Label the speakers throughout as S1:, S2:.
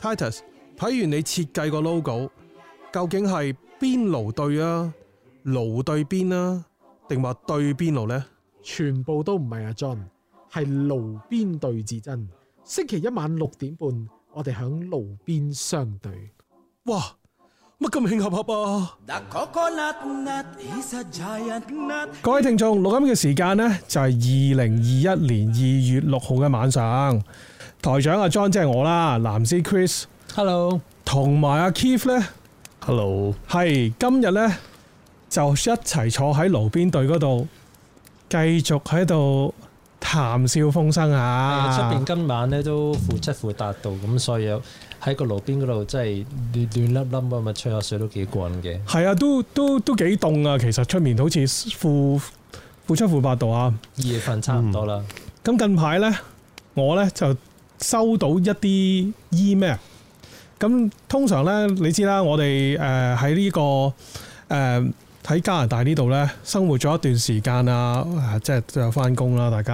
S1: Titus，睇完你設計個 logo，究竟係邊爐對啊，爐對邊啊，定話對邊爐呢？
S2: 全部都唔係阿 John，係爐邊對至真。星期一晚六點半，我哋響爐邊相對。
S1: 哇，乜咁慶合合啊！
S3: The coconut nut is a giant nut.
S1: 各位聽眾，錄音嘅時間呢，就係二零二一年二月六號嘅晚上，台長阿 John 即係我啦，藍絲 Chris
S4: Hello，
S1: 同埋阿 Keith 呢，
S5: Hello，
S1: 係今日呢，就一齊坐喺爐邊對嗰度，繼續喺度談笑風生啊！
S4: 呃出邊今晚咧都負七負八度，咁所以有喺個路邊嗰度真係亂亂粒粒咁啊，吹下水都幾過癮嘅。
S1: 係啊，都都都幾凍啊！其實出面好似負負七負八度啊！
S4: 二月份差唔多啦，
S1: 咁近排呢，我呢就收到一啲 email。咁通常呢，你知啦，我哋誒喺呢個誒喺、加拿大呢度呢，生活咗一段時間啊，啊即係都有翻工啦，大家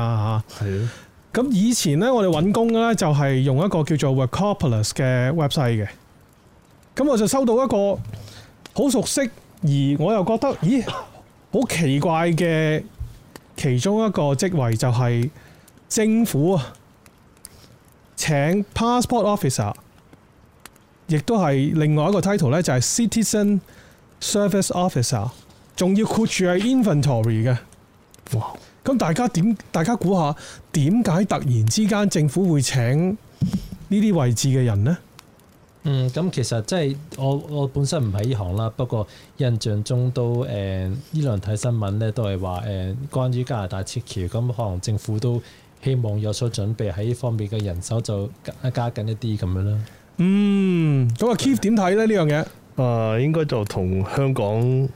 S1: 嚇。
S5: 係啊，
S1: 咁以前咧，我哋揾工咧就係用一個叫做 Workopolis 嘅 website 嘅。咁我就收到一個好熟悉，而我又覺得咦好奇怪嘅其中一個職位就係政府啊請 passport officer，亦都係另外一個 title 咧就係 citizen service officer，仲要括住係 inventory 嘅。
S5: 哇，
S1: 咁大家點？大家估下點解突然之間政府會請呢啲位置嘅人呢？
S4: 嗯，咁其實即係我我本身唔喺呢行啦，不過印象中都誒呃呢兩日睇新聞咧都係話誒關於加拿大撤僑，咁可能政府都希望有所準備喺呢方面嘅人手就加加緊一啲咁樣啦。
S1: 嗯，咁啊，Keith 點睇咧呢
S5: 啊，應該就同香港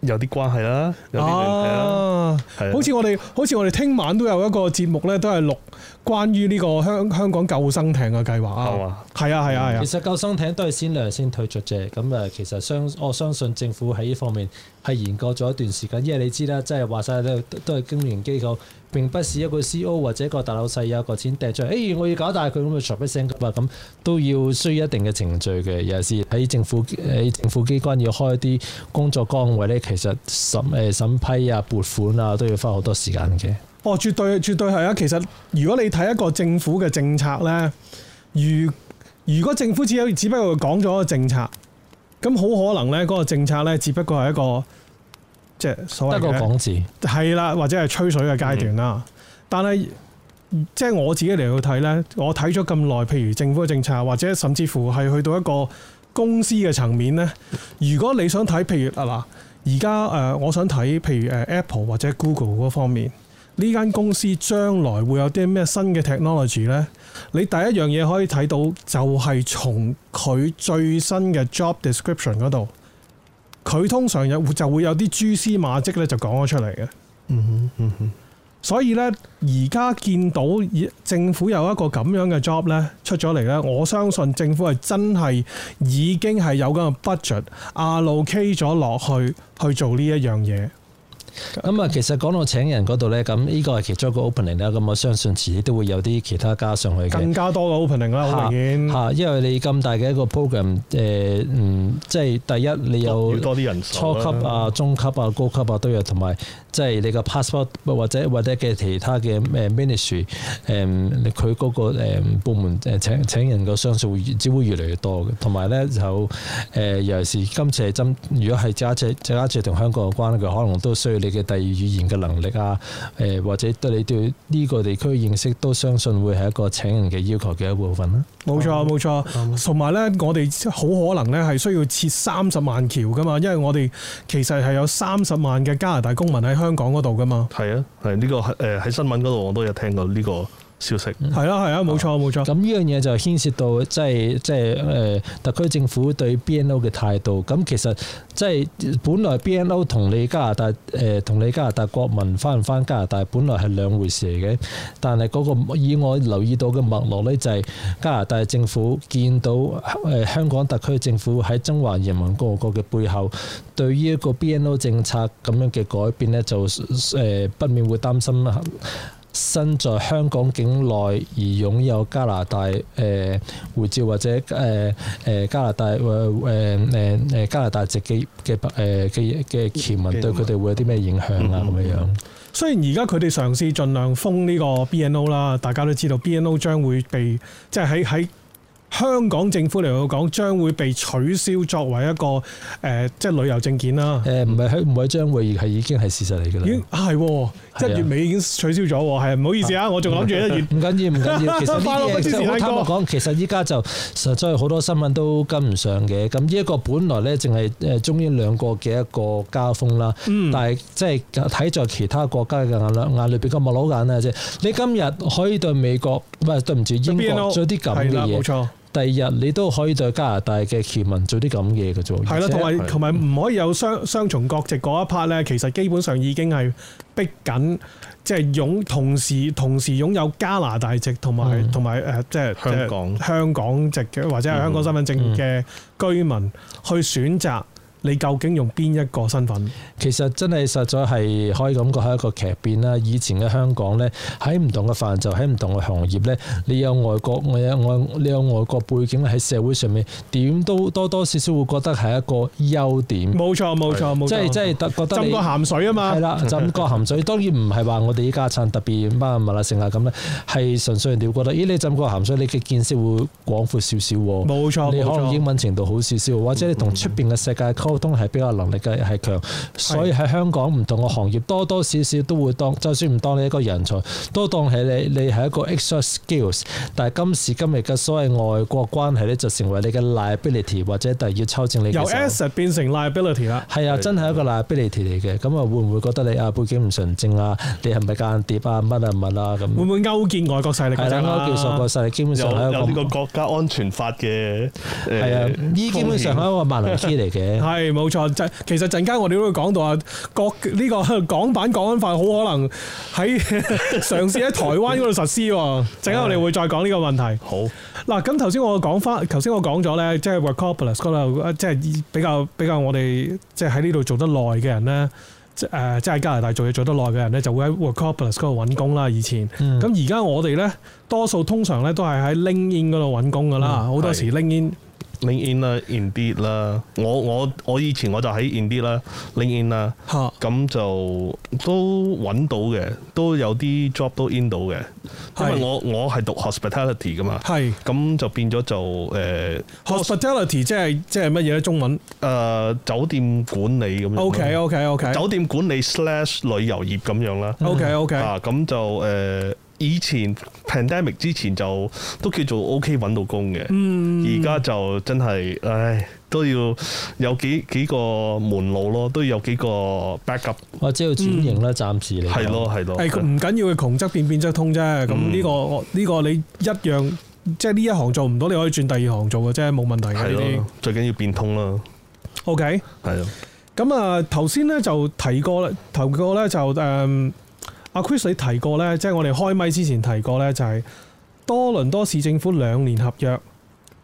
S5: 有啲關係啦，
S1: 樣嘢？
S5: 有啲聯繫啦，
S1: 啊，
S5: 係啊
S1: 好似我哋好似我哋聽晚都有一個節目呢，都係錄關於呢個香香港救生艇嘅計劃
S5: 係
S1: 啊
S5: 嘛。
S1: 係啊，係啊，係啊
S5: 嗯
S4: 其。實救生艇都係先量先推出啫，咁啊，其實相我相信政府喺呢方面係研究咗一段時間，因為你知啦，即係話晒都都係經營機構，並不是一個 C.O. 或者一個大老細有一個錢掟出嚟，誒、我要搞大佢咁就唰一聲咁啊，咁都要需要一定嘅程序嘅。尤其是喺政府喺政府機關要開啲工作崗位咧，其實審誒審批啊、撥款啊都要花好多時間嘅。
S1: 哦，絕對絕對係啊！其實如果你睇一個政府嘅政策呢，如如果政府只有只不過講咗個政策，咁好可能呢嗰、個政策呢，只不過係一個即係所
S4: 得
S1: 謂
S4: 個
S1: 嘅
S4: 講字，
S1: 係啦，或者係吹水嘅階段啦。但係即係我自己嚟到睇呢，我睇咗咁耐，譬如政府嘅政策，或者甚至乎係去到一個公司嘅層面呢。如果你想睇，譬如啊嗱，而家誒呃我想睇譬如誒呃 Apple 或者 Google 嗰方面。呢間公司將來會有啲咩新嘅 technology 呢？你第一樣嘢可以睇到就係從佢最新嘅 job description 嗰度，佢通常有就會有啲蛛絲馬跡咧，就講咗出嚟嘅。
S5: 嗯哼，嗯哼，
S1: 所以呢，而家見到政府有一個咁樣嘅 job 呢出咗嚟呢，我相信政府係真係已經係有咁嘅 budget allocate 咗落去去做呢一樣嘢。
S4: 咁啊，其實講到請人嗰度咧，咁呢個係其中一個 opening 啦。咁我相信遲啲都會有啲其他加上去嘅。
S1: 更加多嘅 opening 啦，好明顯。
S4: 嚇，因為你咁大嘅一個 program，誒、嗯，即係第一你有
S5: 要多啲人手
S4: 初
S5: 啦
S4: 級啊、中級啊、高級啊都有，同埋即係你個 passport 或者或者嘅其他嘅誒 ministry，誒、你佢嗰個誒部門誒請請人嘅相信會只會越嚟越多嘅，同埋咧就誒、尤其是今次係針，如果係揸住揸住同香港有關嘅，可能都需要你嘅第二語言嘅能力啊，誒、或者對你對呢個地區認識都相信會係一個請人嘅要求嘅一部分啦。
S1: 冇錯冇錯，同埋呢，我哋好可能呢係需要設三十萬橋噶嘛，因為我哋其實係有三十萬嘅加拿大公民喺香港嗰度噶嘛。
S5: 係啊，係呢個誒喺新聞嗰度我都有聽過呢個消息，
S4: 嗯
S1: 係啦係啦，啊冇錯冇錯。
S4: 咁呢樣嘢就牽涉到即係即係誒特區政府對 BNO 嘅態度。咁其實即係本來 BNO 同你加拿大誒同、你加拿大國民翻唔翻加拿大，本來係兩回事嚟嘅。但係嗰、個以我留意到嘅脈絡呢，就係、加拿大政府見到誒、香港特區政府喺中華人民共和國嘅背後，對於一呃個 BNO 政策咁樣嘅改變呢，就誒、不免會擔心身在香港境內而擁有加拿大誒、呃、護照或者誒誒、呃加拿大誒誒誒誒加拿大籍嘅嘅誒嘅嘅僑民對佢哋會有啲咩影響啊？咁樣樣
S1: 雖然而家佢哋嘗試盡量封呢個 BNO 啦，大家都知道 BNO 將會被即係喺喺香港政府嚟講，將會被取消作為一個誒、呃即係旅遊證件啦。
S4: 誒呃唔係喺啊唔係將會而係已經係事實嚟㗎
S1: 已經
S4: 啦。
S1: 啊係喎，
S4: 係
S1: 一
S4: 啊
S1: 月尾已經取消咗喎，係唔好意思啊，我仲諗住一月
S4: 唔緊要，唔 緊要。其實呢
S1: 快樂不
S4: 啲嘢，
S1: 知
S4: 即
S1: 時
S4: 係我
S1: 睇
S4: 坦白
S1: 過
S4: 講，其實依家就實在好多新聞都跟唔上嘅。咁呢一個本來咧，淨係誒中英兩國嘅一個交鋒啦。
S1: 嗯
S4: 但係即係啊睇在其他國家嘅眼裏眼裏邊咁望老眼啊！即係你今日可以對美國，唔係對唔住英國
S1: BNO
S4: 做啲咁嘅
S1: 係啦，冇
S4: 嘢，
S1: 錯。
S4: 第二日你都可以對加拿大嘅僑民做啲咁嘅嘢嘅啫喎。
S1: 係啦，
S4: 而且
S1: 同埋
S5: 係
S1: 同埋唔可以有雙雙重國籍嗰一 part 咧，其實基本上已經係逼緊，即係擁同時同時擁有加拿大籍同埋
S4: 嗯
S1: 同埋誒，即係
S5: 香港
S1: 即係香港籍嘅或者係香港身份
S4: 嗯
S1: 證嘅居民去選擇你究竟用邊一個身份？
S4: 其實真係實在係可以咁講係一個劇變啦。以前嘅香港呢，喺唔同嘅範疇，喺唔同嘅行業呢，你有外國，我有我你有外國背景喺社會上面，點都多多少少會覺得係一個優點，
S1: 冇錯冇錯冇錯，
S4: 即係即係特覺得
S1: 浸
S4: 你
S1: 過。鹹水啊嘛
S4: 係，啦，浸過鹹水，當然唔係話我哋依家撐特別乜乜啦成啊咁咧，係純粹人哋會覺得，咦你浸過鹹水，你嘅見識會廣闊少少喎。
S1: 冇錯
S4: 你可能英
S1: 冇錯，
S4: 文程度好少少，或者你同出邊嘅世界溝通係比較能力嘅係強，所以喺香港唔同嘅行業多多少少都會當，就算唔當你一個人才，都當係你你係一個 extra skills。但係今時今日嘅所謂外國關係咧，就成為你嘅 liability 或者第二抽正你嘅
S1: 由
S4: 時候
S1: asset 變成 liability 啦。
S4: 係啊，真係一個 liability 嚟嘅，咁啊會唔會覺得你啊背景唔純正啊？你係咪間諜啊？乜啊乜啊
S1: 會
S4: 咁？
S1: 唔會勾結外國勢力嗰
S4: 係
S1: 隻啊
S4: 啦，
S1: 啦？
S4: 歐技術個勢力基本上係
S5: 有有
S4: 一
S5: 呢
S4: 個
S5: 個國家安全法嘅呃
S4: 係啊，
S5: 誒，
S4: 呢基本上係一個萬能 key 嚟 嘅。
S1: 係冇錯，就其實陣間我哋都會講到啊，國呢、個 港版港安法好可能喺 嘗試喺台灣嗰度實施喎。陣間我哋會再講呢個問題。
S5: 好
S1: 嗱，咁頭先我講翻，頭先我講咗咧，即係 Workopolis 嗰度，呃即係比較比較我哋即係喺呢度做得耐嘅人咧，即誒、呃即係喺加拿大做嘢做得耐嘅人咧，就會喺 Workopolis 嗰度揾工啦。以前
S4: 嗯
S1: 咁而家我哋咧，多數通常咧都係喺 LinkedIn 嗰度揾工噶啦，好、多時 LinkedIn
S5: ，LinkedIn 啦，Indeed 啦，我我我以前我就喺 Indeed 啦，LinkedIn 啦，
S1: 嚇
S5: 咁就都揾到嘅，都有啲 job 都 in 到嘅，因
S1: 係
S5: 為我我係讀 hospitality 噶嘛，
S1: 係
S5: 咁就變咗呃就誒
S1: hospitality 即係即係乜嘢咧？中文？
S5: 誒呃酒店管理咁樣啦。
S1: O K O K O K
S5: 酒店管理 slash 旅遊業咁樣啦。
S1: O K O K
S5: 啊，咁就誒、呃以前 pandemic 之前就都叫做 OK 揾到工嘅，
S1: 嗯
S5: 而家、就真係唉都要有幾幾個門路咯，都要有幾個 backup
S4: 或者要轉型啦，暫時嚟講
S5: 係咯係咯。
S1: 哎係佢唔緊要嘅，窮則變，變則通啫。咁
S5: 嗯
S1: 呢個我呢個你一樣，即係呢一行做唔到，你可以轉第二行做嘅啫，冇問題
S5: 係
S1: 嘅呢啲
S5: 咯。，最緊要變通啦，
S1: O K，
S5: 係咯，
S1: 咁啊頭先咧就提過啦，提過咧就誒阿 Chris 你提過咧，即係我哋開咪之前提過咧，就係多倫多市政府兩年合約，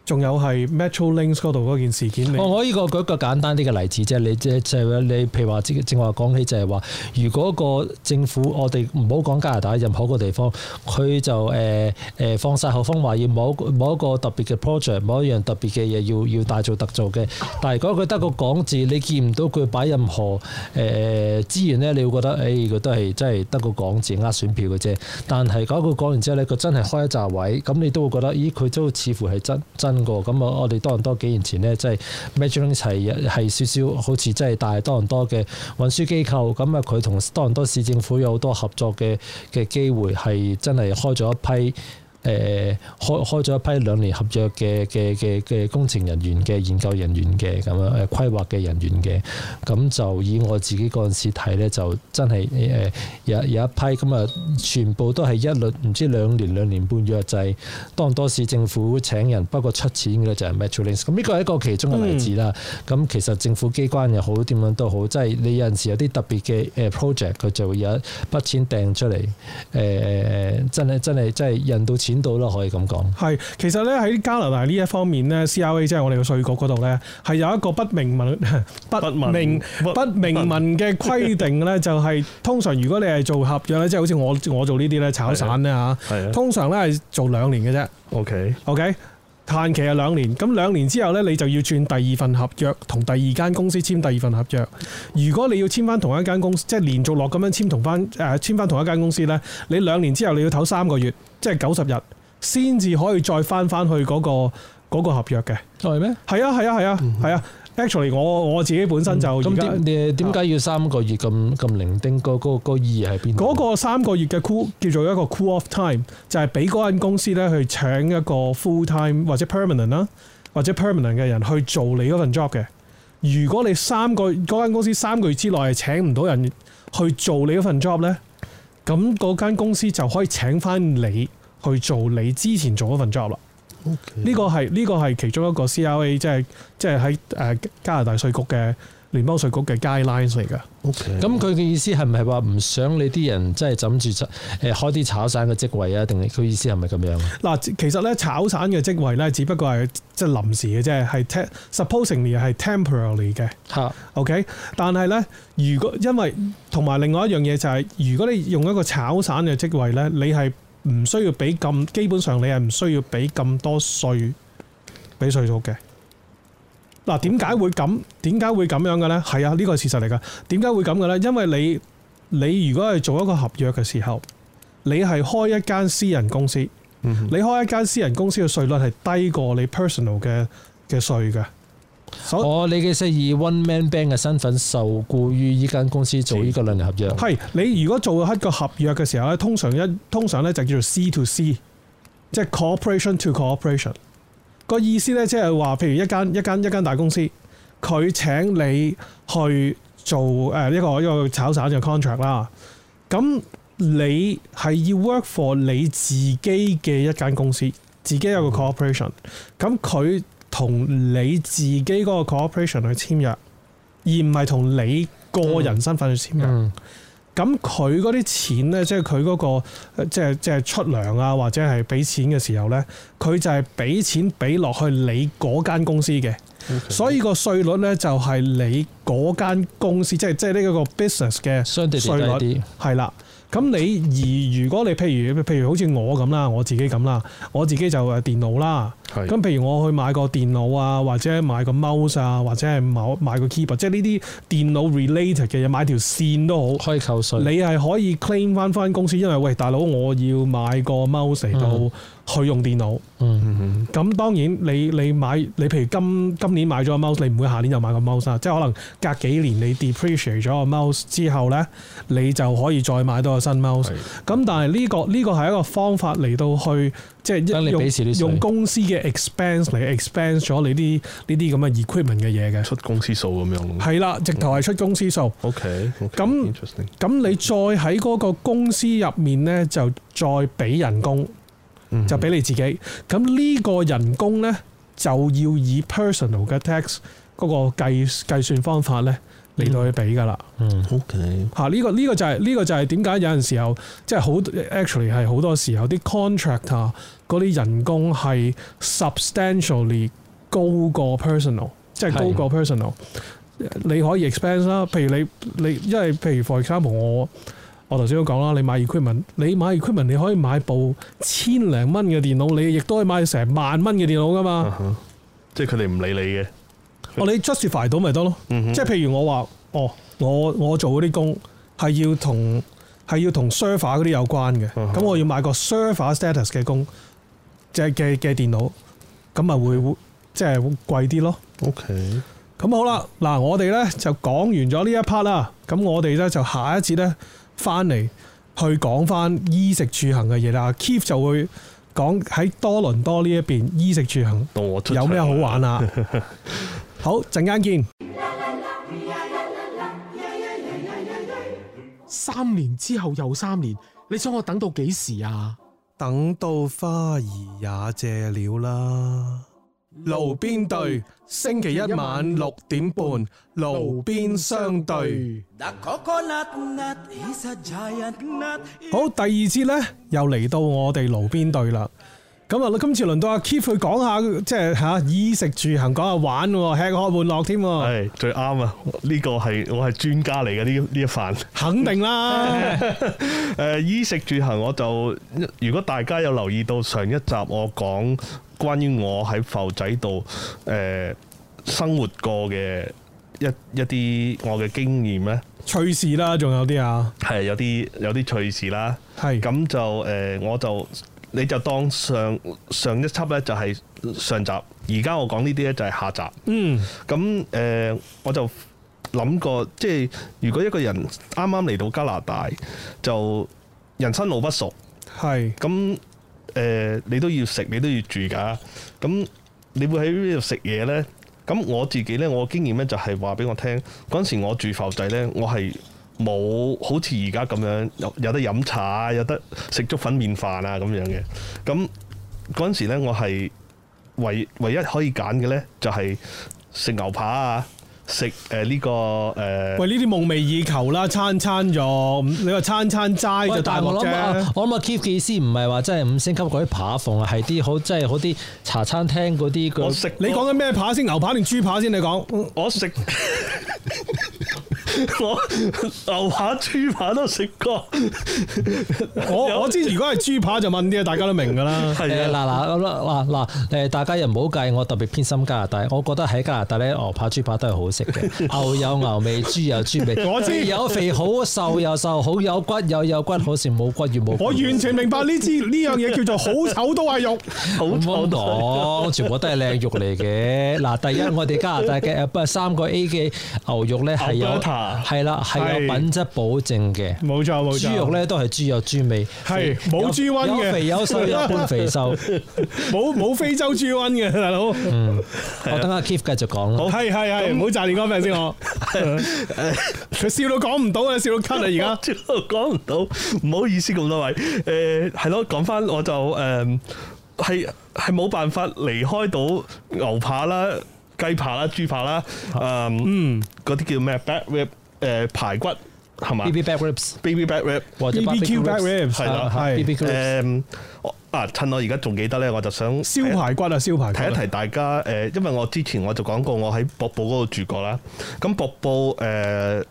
S1: 仲有係 Metro Links 嗰度嗰件事件，你
S4: 我我呢個舉一個簡單啲嘅例子啫，你即係即係你譬如話正正話講起就係話，如果個政府我哋唔好講加拿大任何一個地方，佢就誒誒、呃放晒口風話要某一個某一個特別嘅 project，某一樣特別嘅嘢要要大做特做嘅，但係如果佢得個講字，你見唔到佢擺任何誒、呃、資源咧，你會覺得誒佢、都係真係得個講字呃選票嘅啫。但係嗰個講完之後咧，佢真係開一扎位，咁你都會覺得，咦佢都似乎係真真過。咁啊，我哋多倫多幾年前咧，即係 Magic Links 係係少少好似真係大多倫多嘅運輸機構，咁啊佢同多倫多市政府有好多合作嘅嘅機會，係真係開咗一批。誒、呃、開開咗一批兩年合約嘅嘅嘅嘅工程人員嘅研究人員嘅咁樣誒規劃嘅人員嘅，咁就以我自己嗰陣時睇咧，就真係誒、呃有有一批咁啊，全部都係一律唔知兩年兩年半約制，多倫多市政府請人，不過出錢嘅咧就係 Metrolinx。咁呢個係一個其中嘅例子啦。咁、其實政府機關又好點樣都好，即係你有陣時有啲特別嘅呃誒呃 project，佢就會有一筆錢掟出嚟，誒誒誒，真係真係真係印到錢展到啦，可以咁講。
S1: 係，其實咧喺加拿大呢一方面咧，CRA 即係我哋嘅稅局嗰度咧，係有一個不明文、不明
S5: 不
S1: 不明文嘅規定咧，就係 通常如果你係做合約咧，即係好似我我做呢啲咧炒散咧嚇，
S5: 係啊
S1: 通常咧係做兩年嘅啫
S5: ，OK，
S1: ，OK。限期係兩年，咁兩年之後呢，你就要轉第二份合約，同第二間公司簽第二份合約。如果你要簽翻同一間公司，即係連續落咁樣簽同翻誒簽翻同一間公司呢，你兩年之後你要唞三個月，即係九十日，先至可以再翻翻去嗰、個嗰、個合約嘅。
S4: 係咩？
S1: 係啊，係啊，係啊，係啊。Actually，我我自己本身就而
S4: 嗯咁
S1: 家
S4: 點你點解要三個月咁咁零丁？個個個意義喺邊度？
S1: 嗰個三個月嘅 cool 叫做一個 cool off time，就係俾嗰間公司咧去請一個 full time 或者 permanent 啦，或者 permanent 嘅人去做你嗰份 job 嘅。如果你三個嗰間公司三個月之內係請唔到人去做你嗰份 job 呢，咁嗰間公司就可以請翻你去做你之前做嗰份 job 啦。呢個係呢個係其中一個 CRA，即係即係喺誒加拿大稅局嘅聯邦稅局嘅 guidelines 嚟㗎。
S5: OK，
S4: 咁佢嘅意思係唔係話唔想你啲人真係枕住誒開啲炒散嘅職位啊？定係佢意思係咪咁樣啊？
S1: 嗱，其實咧炒散嘅職位咧，只不過係即係臨時嘅啫，係 te- supposingly 係 temporary 嘅
S4: 嚇
S1: ，OK。但係咧，如果因為同埋另外一樣嘢就係、如果你用一個炒散嘅職位咧，你係唔需要俾咁，基本上你係唔需要俾咁多税俾税局嘅。嗱，點解會咁？點解會咁樣嘅咧？係啊，呢個係事實嚟㗎。點解會咁嘅咧？因為你你如果係做一個合約嘅時候，你係開一間私人公司。
S5: 嗯哼
S1: 你開一間私人公司嘅稅率係低過你 personal 嘅嘅税嘅。所
S4: 哦，你嘅意思係以 one man band 嘅身份受雇於依間公司做呢個兩年合約。
S1: 係你如果做一個合約嘅時候咧，通常一通常咧就叫做 C to C，即係 corporation to corporation。個意思咧即係話，譬如一間一間一間大公司，佢請你去做誒、呃一個一個炒散嘅 contract 啦。咁你係要 work for 你自己嘅一間公司，自己有個 corporation。咁佢同你自己嗰個 corporation 去簽約，而唔係同你個人身份去簽約。
S4: 嗯，
S1: 咁佢嗰啲錢呢，即係佢嗰個呃即係即係出糧啊，或者係俾錢嘅時候呢，佢就係俾錢俾落去你嗰間公司嘅。所以個稅率呢，就係你嗰間公司，即係即係呢一個 business 嘅
S4: 相對地
S1: 稅率
S4: 低啲。
S1: 係啦。咁你而如果你譬如譬如好似我咁啦，我自己咁啦，我自己就誒電腦啦。
S5: 係
S1: 咁譬如我去買個電腦啊，或者買個 mouse 啊，或者係買買個 keyboard，即係呢啲電腦 related 嘅嘢，買條線都好。
S4: 可以扣税，
S1: 你係可以 claim 翻翻公司，因為喂大佬，我要買個 mouse 嚟到
S4: 嗯
S1: 去用電腦。
S4: 嗯，
S5: 嗯哼
S1: 咁當然你你買你譬如今今年買咗個 mouse，你唔會下年就買個 mouse 啊啦。即係可能隔幾年你 depreciate 咗個 mouse 之後呢，你就可以再買多個新 mouse。
S5: 係
S1: 咁但係呢、個呢、個係一個方法嚟到去即係
S4: 等
S1: 一
S4: 你俾少
S1: 用
S4: 啲税
S1: 用公司嘅 expense 嚟 expense 咗你啲呢啲咁嘅 equipment 嘅嘢
S4: 嗯
S1: 嘅。
S5: 出公司數咁樣咯。
S1: 係啦，直頭係出公司數。
S5: OK，
S1: 咁
S5: interesting，
S1: 咁你再喺嗰個公司入面呢，就再俾人工，
S5: 嗯
S1: 就俾你自己。咁呢個人工呢，就要以 personal 嘅 tax 嗰個計計算方法呢嚟到去俾㗎啦。
S4: 嗯，
S5: OK，
S1: 嚇、啊呢、個呢、個就係、呢、個就係點解有陣時候即係好 actually 係好多時候啲 contractor 嗰啲人工係 substantially 高過 personal，即係高過 personal。你可以 expense 啦，譬如你你因為譬如 for example 我我頭先都講啦，你買 equipment，你買 equipment 你可以買部千零蚊嘅電腦，你亦都可以買成萬蚊嘅電腦噶
S5: 啊
S1: 嘛。
S5: 哈即係佢哋唔理你嘅。
S1: 我你 justify 到咪得咯？
S5: 嗯哼
S1: 即係譬如我話，哦，我我做嗰啲工係要同係要同 server 嗰啲有關嘅，
S5: 嗯
S1: 咁我要買個 server status 嘅工，即係嘅嘅電腦，咁咪會會即係會貴啲咯。
S5: OK，
S1: 咁好啦，嗱，我哋呢就講完咗呢一 part 啦，咁我哋呢就下一節呢翻嚟去講翻衣食住行嘅嘢啦。Keith 就會講喺多倫多呢一邊衣食住行
S5: 到我出
S1: 有咩
S5: 場
S1: 好
S5: 啦
S1: 玩 啊？好，陣間見。
S2: 三年之後又三年，你想我等到幾時啊？
S1: 等到花兒也謝了啦。路邊對，星期一晚六點半，路邊相對。
S3: The coconut nut is a giant nut.
S1: 好，第二節呢，又嚟到我哋爐邊對啦。咁啊，今次輪到阿 Keith 去講下，即係吓衣食住行，講下玩喎，吃喝玩樂添喎。
S5: 係最啱啊！呢個係我係專家嚟嘅呢呢一範。
S1: 肯定 啦，
S5: 誒、衣食住行，我就如果大家有留意到上一集我講關於我喺浮仔度誒、生活過嘅一一啲我嘅經驗呢，
S1: 趣事啦，仲有啲啊，
S5: 係有啲有啲趣事啦。
S1: 係
S5: 咁就誒、我就你就當上上一輯呢就係上集，而家我講呢啲呢就係下集。
S1: 嗯
S5: 咁誒、呃我就諗過，即係如果一個人啱啱嚟到加拿大，就人生路不熟，
S1: 係
S5: 咁誒、呃你都要食，你都要住㗎，咁你會喺呢度食嘢呢？咁我自己呢，我經驗呢就係話俾我聽，嗰陣時我住埠仔呢，我係冇好似而家咁樣有有得飲茶，有得食粥粉麵飯啊咁樣嘅。咁嗰陣時呢，我係唯唯一可以揀嘅呢，就係食牛扒啊，食誒呢個誒。呃
S1: 喂呢啲夢寐以求啦，餐餐肉，你話餐餐齋就
S4: 喂，
S1: 大
S4: 但
S1: 鑊
S4: 係我諗
S1: 啫
S4: 啊，，我諗啊，keep 嘅意思唔係話真係五星級嗰啲扒房啊，係啲好即係好啲茶餐廳嗰啲
S5: 我
S4: 佢
S5: 食
S1: 你講緊咩扒先？牛扒定豬扒先？你講嗯
S5: 我食 我牛扒、豬扒都食過，
S4: 嗯
S1: 我我知，如果係豬扒就問啲，大家都明㗎啦。
S5: 係
S4: 誒嗱
S5: 啊，
S4: 嗱嗱嗱誒，大家又唔好計我特別偏心加拿大，我覺得喺加拿大咧，牛扒豬扒都係好食嘅， 牛有牛味，豬有豬味，
S1: 我知
S4: 肥有肥好，瘦有瘦好，有骨有有骨好，似冇骨越冇骨。
S1: 我完全明白呢支呢樣嘢叫做好醜都係肉，
S5: 好
S4: 唔好
S5: 臭
S4: 講，全部都係靚肉 嚟嘅。嗱，第一我哋加拿大嘅誒呃不三個 A 嘅牛肉咧係有
S5: Alberta
S4: 係啦係有
S5: 係
S4: 品質保證嘅。
S1: 冇錯冇錯。
S4: 豬肉咧都係豬有豬味，
S1: 係
S4: 肥
S1: 冇
S4: 有
S1: 豬瘟嘅
S4: 有肥 有瘦，有半肥瘦。
S1: 冇冇非洲豬瘟嘅 大佬，係
S4: 我等阿 Keith 繼續講啦。
S1: 係係，啊唔好炸你嗰份先我。佢笑到講唔到啊，笑到咳
S5: 而
S1: 啊
S5: 家講唔到，唔好意思咁多位。誒係咯，講翻我就誒係係冇辦法離開到牛扒啦、雞扒啦、豬扒啦，
S4: 啊
S5: 誒嗯嗰啲叫咩 back rib 誒排骨係嘛
S4: B B back ribs
S5: ？baby back rib。
S4: 或者
S1: BBQ back ribs，
S5: 係啦
S1: 係
S4: B B ribs
S5: 誒，我啊趁我而家仲記得咧，我就想
S1: 而家，燒排骨啊，燒排骨啊。
S5: 提一提大家誒、呃因為我之前我就講過我喺瀑布嗰度住過啦。咁瀑布誒、呃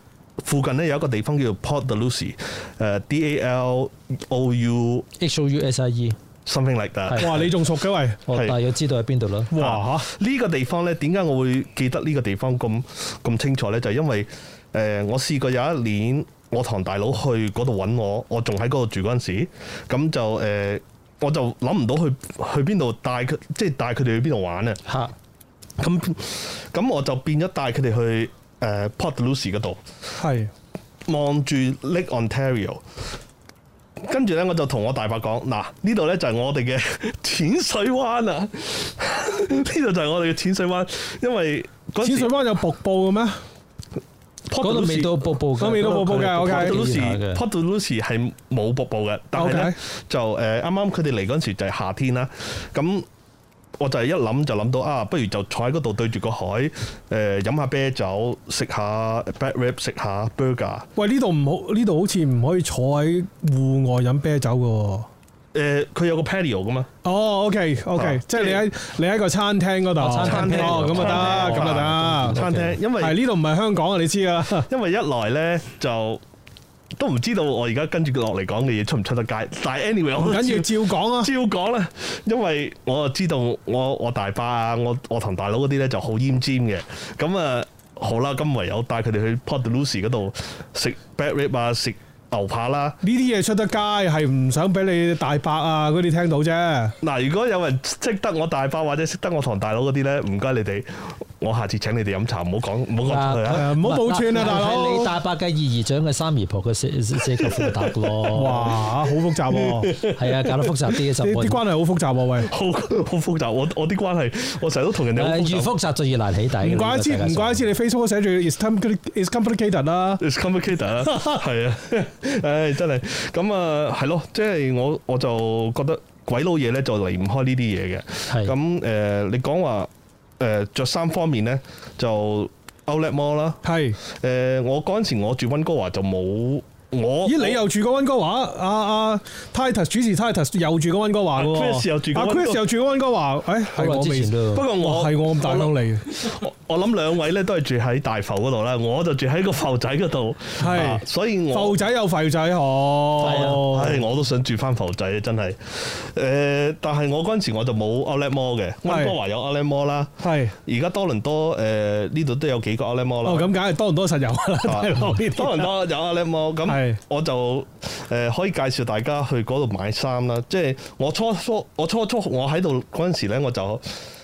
S5: 附近咧有一個地方叫做 Port Dalhousie，誒、D A L O U
S4: H O U S I E。
S5: something like that。
S4: 係
S1: 哇，你仲熟嘅喂？
S4: 我
S5: 係
S4: 大約知道喺邊度啦。
S5: 哇！呢個地方呢，點解我會記得呢個地方咁咁清楚呢？就係因為誒、呃我試過有一年，我堂大佬去嗰度揾我，我仲喺嗰度住嗰陣時，咁就誒、呃我就諗唔到去去邊度帶佢，即係帶佢哋去邊度玩啊！
S4: 嚇！
S5: 咁咁我就變咗帶佢哋去誒、呃 Port Lucy 嗰度，
S1: 係
S5: 望住 Lake Ontario。跟住呢，我就同我大伯講：嗱，呢度呢就係我哋嘅 淺水灣啊！ 呢度就係我哋嘅淺水灣，因為嗰
S1: 淺水灣有瀑布嘅咩？
S4: 嗰度未到瀑布㗎，
S1: 嗰度未到瀑布㗎
S4: 嗰度
S5: Port
S1: ，OK
S4: 佢哋見下
S5: Lucy
S4: 嘅
S5: Port Lucy 係冇瀑布嘅，但係
S1: OK
S5: 呢，就呃誒啱啱佢哋嚟嗰陣時就係夏天啦，咁。我就係一諗就諗到啊，不如就坐喺嗰度對住個海，誒、飲下啤酒，食下 bad rib，食下 burger，
S1: 喂，呢度唔好，呢度好似唔可以坐喺戶外飲啤酒嘅喎。
S5: 誒呃佢、有個 patio 噶嘛，
S1: 哦，OK
S5: 啊
S1: OK，即係你喺你喺個餐廳嗰
S4: 哦
S1: 度，
S4: 餐
S5: 廳
S1: 哦咁啊得，
S5: 餐廳哦
S1: 咁啊得。
S5: 餐廳，因為
S1: 係呢度唔係香港啊，你知啊。
S5: 因為一來呢，就都唔知道我而家跟住落嚟講嘅嘢出唔出得街，但係 anyway
S1: 唔
S5: 我都
S1: 緊要，
S5: 照
S1: 照講 啊。
S5: 照講啦，因為我就知道我我大伯啊，我我堂大佬嗰啲咧就好奄尖嘅，咁啊好啦，咁唯有帶佢哋去 Port Lucy 嗰度食 bad rib 啊，食牛扒啦。
S1: 呢啲嘢出得街係唔想俾你大伯啊嗰啲聽到啫。
S5: 嗱，如果有人識得我大伯或者識得我堂大佬嗰啲咧，唔該你哋，我下次請你哋飲茶，唔好講唔好講出去啊。
S1: 誒唔好冇串啊
S4: 嗱
S1: 大佬
S4: 係你大伯嘅二姨丈嘅三姨婆嘅四四個副搭咯。！
S1: 哇，好複雜喎、
S4: 係啊，搞得複雜啲嘅就
S1: 啲
S4: 冇
S1: 啲
S4: 人
S1: 關係好複雜喎、喂。
S5: 好好複雜，我我啲關係，我成日都同人哋好
S4: 誒
S5: 複
S4: 越
S5: 雜。
S4: 複雜就越難起底嘅。
S1: 唔怪得之，
S4: 呢個世界
S1: 唔
S4: 上
S1: 怪得之，你 Facebook 寫住 is compli- is complicated 啦。
S5: It's complicated 啊，係啊，唉，真係咁啊，係咯，即係我我就覺得鬼佬嘢咧就離唔開呢啲嘢嘅。
S4: 係
S5: 咁誒、呃你講話誒著衫方面咧，就 Outlet Mall 啦。
S1: 係。
S5: 誒、我嗰陣時我住温哥華就冇我。
S1: 咦，你又住過温哥華？阿阿 Titus 主持 Titus 又住過温哥華嘅喎。
S5: 阿 Chris 又住過
S1: 阿
S5: 溫哥
S1: Chris 又住過温哥華。誒，
S4: 好
S1: 係
S4: 耐
S1: 我
S4: 之前
S1: 未。哦
S5: 不
S4: 都
S5: 過我
S1: 係我咁大
S5: 我
S1: 嬲你嘅。
S5: 我我諗兩位咧都係住喺大埠嗰度啦，我就住喺個埠仔嗰度，
S1: 係
S5: 啊所以我
S1: 埠仔有埠仔
S5: 係
S1: 好。
S5: 啊，唉，我都想住翻浮仔啊，真係。誒、呃但係我嗰陣時我就冇 Outlet Mall 嘅，温哥華有 Outlet Mall 啦，
S1: 係。
S5: 而家多倫多誒呢度都有幾個 Outlet Mall 啦。
S1: 哦，咁梗係多唔多實有啦，
S5: 啊
S1: 大佬呢啲。
S5: 多倫多有 Outlet Mall，
S1: 係
S5: 咁我就誒、可以介紹大家去嗰度買衫啦。即係我初初我初初我喺度嗰陣時咧，我就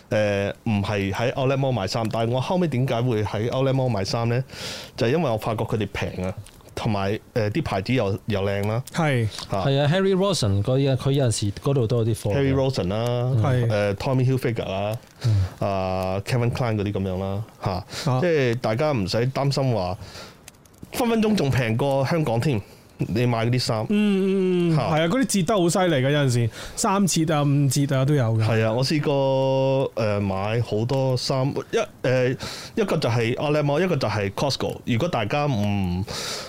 S5: 誒唔係喺 Outlet Mall 買衫，但係我後尾點解會喺 Outlet Mall 買衫咧？就係因為我發覺佢哋平啊，同埋誒啲牌子又又靚啦。
S1: 係
S5: 啊
S4: 係啊，Harry Rosen 嗰啲佢有陣時嗰度都有啲貨嘅。
S5: Harry Rosen 啦，
S1: 係
S5: 誒 Tommy Hilfiger 啦，
S4: 嗯
S5: 啊 Kevin Klein 嗰啲咁樣啦，嚇，
S4: 啊
S5: 即係大家唔使擔心話分分鐘仲平過香港添，你買嗰啲衫。
S1: 嗯嗯嗯，
S5: 嚇
S1: 係啊，嗰啲折得好犀利嘅，有陣時三折啊、五折啊都有嘅。
S5: 係啊，我試過誒買好多衫，一誒一個就係 o l e m o 一個就係 Costco。如果大家唔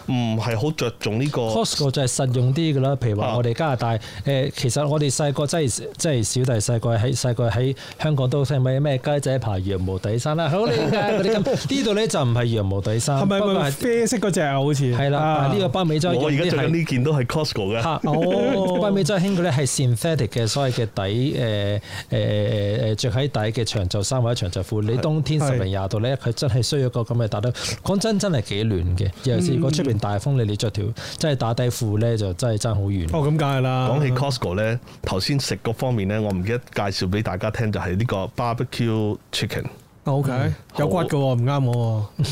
S5: 唔係好着重呢個
S4: Costco 就係實用啲㗎啦，譬如
S5: 啊
S4: 話我哋加拿大誒、呃其實我哋細個真係真係小弟細個喺細個喺香港都聽咩咩雞仔牌羊毛底衫啦，好靚㗎嗰啲咁，呢度咧就唔係羊毛底衫，
S1: 係咪
S4: 不過
S1: 咪
S4: 係
S1: 啡色嗰只啊？好似
S4: 係啦，呢個北美洲
S5: 我而家
S4: 用
S5: 着
S4: 啲
S5: 緊
S4: 係
S5: 呢件都係 Costco 嘅。
S4: 嚇
S1: 哦
S4: 北啊美洲興嗰啲係 synthetic 嘅所謂嘅底誒誒誒誒著喺底嘅長袖衫或者長袖褲，你冬天十零廿度咧，佢真係需要一個咁嘅打底。講真真係幾暖嘅，尤其是如
S1: 嗯
S4: 果出邊大風，你你着條真係打底褲咧，就真係爭好遠。
S1: 哦，咁梗係啦。
S5: 講起 Costco 咧，頭先食嗰方面咧，我唔記得介紹俾大家聽，就係呢個 barbecue chicken。
S1: O
S4: 嗯
S1: K，有骨嘅喎，唔啱我喎。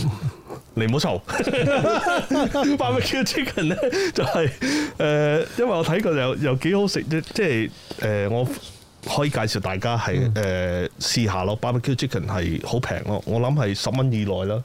S5: 你唔 好嘈，barbecue chicken 咧就係、誒、因為我睇過又又幾好食，即即係誒、我可以介紹大家
S4: 嗯
S5: 係誒、呃試下咯，barbecue chicken 係好平咯，我諗係十蚊以內啦。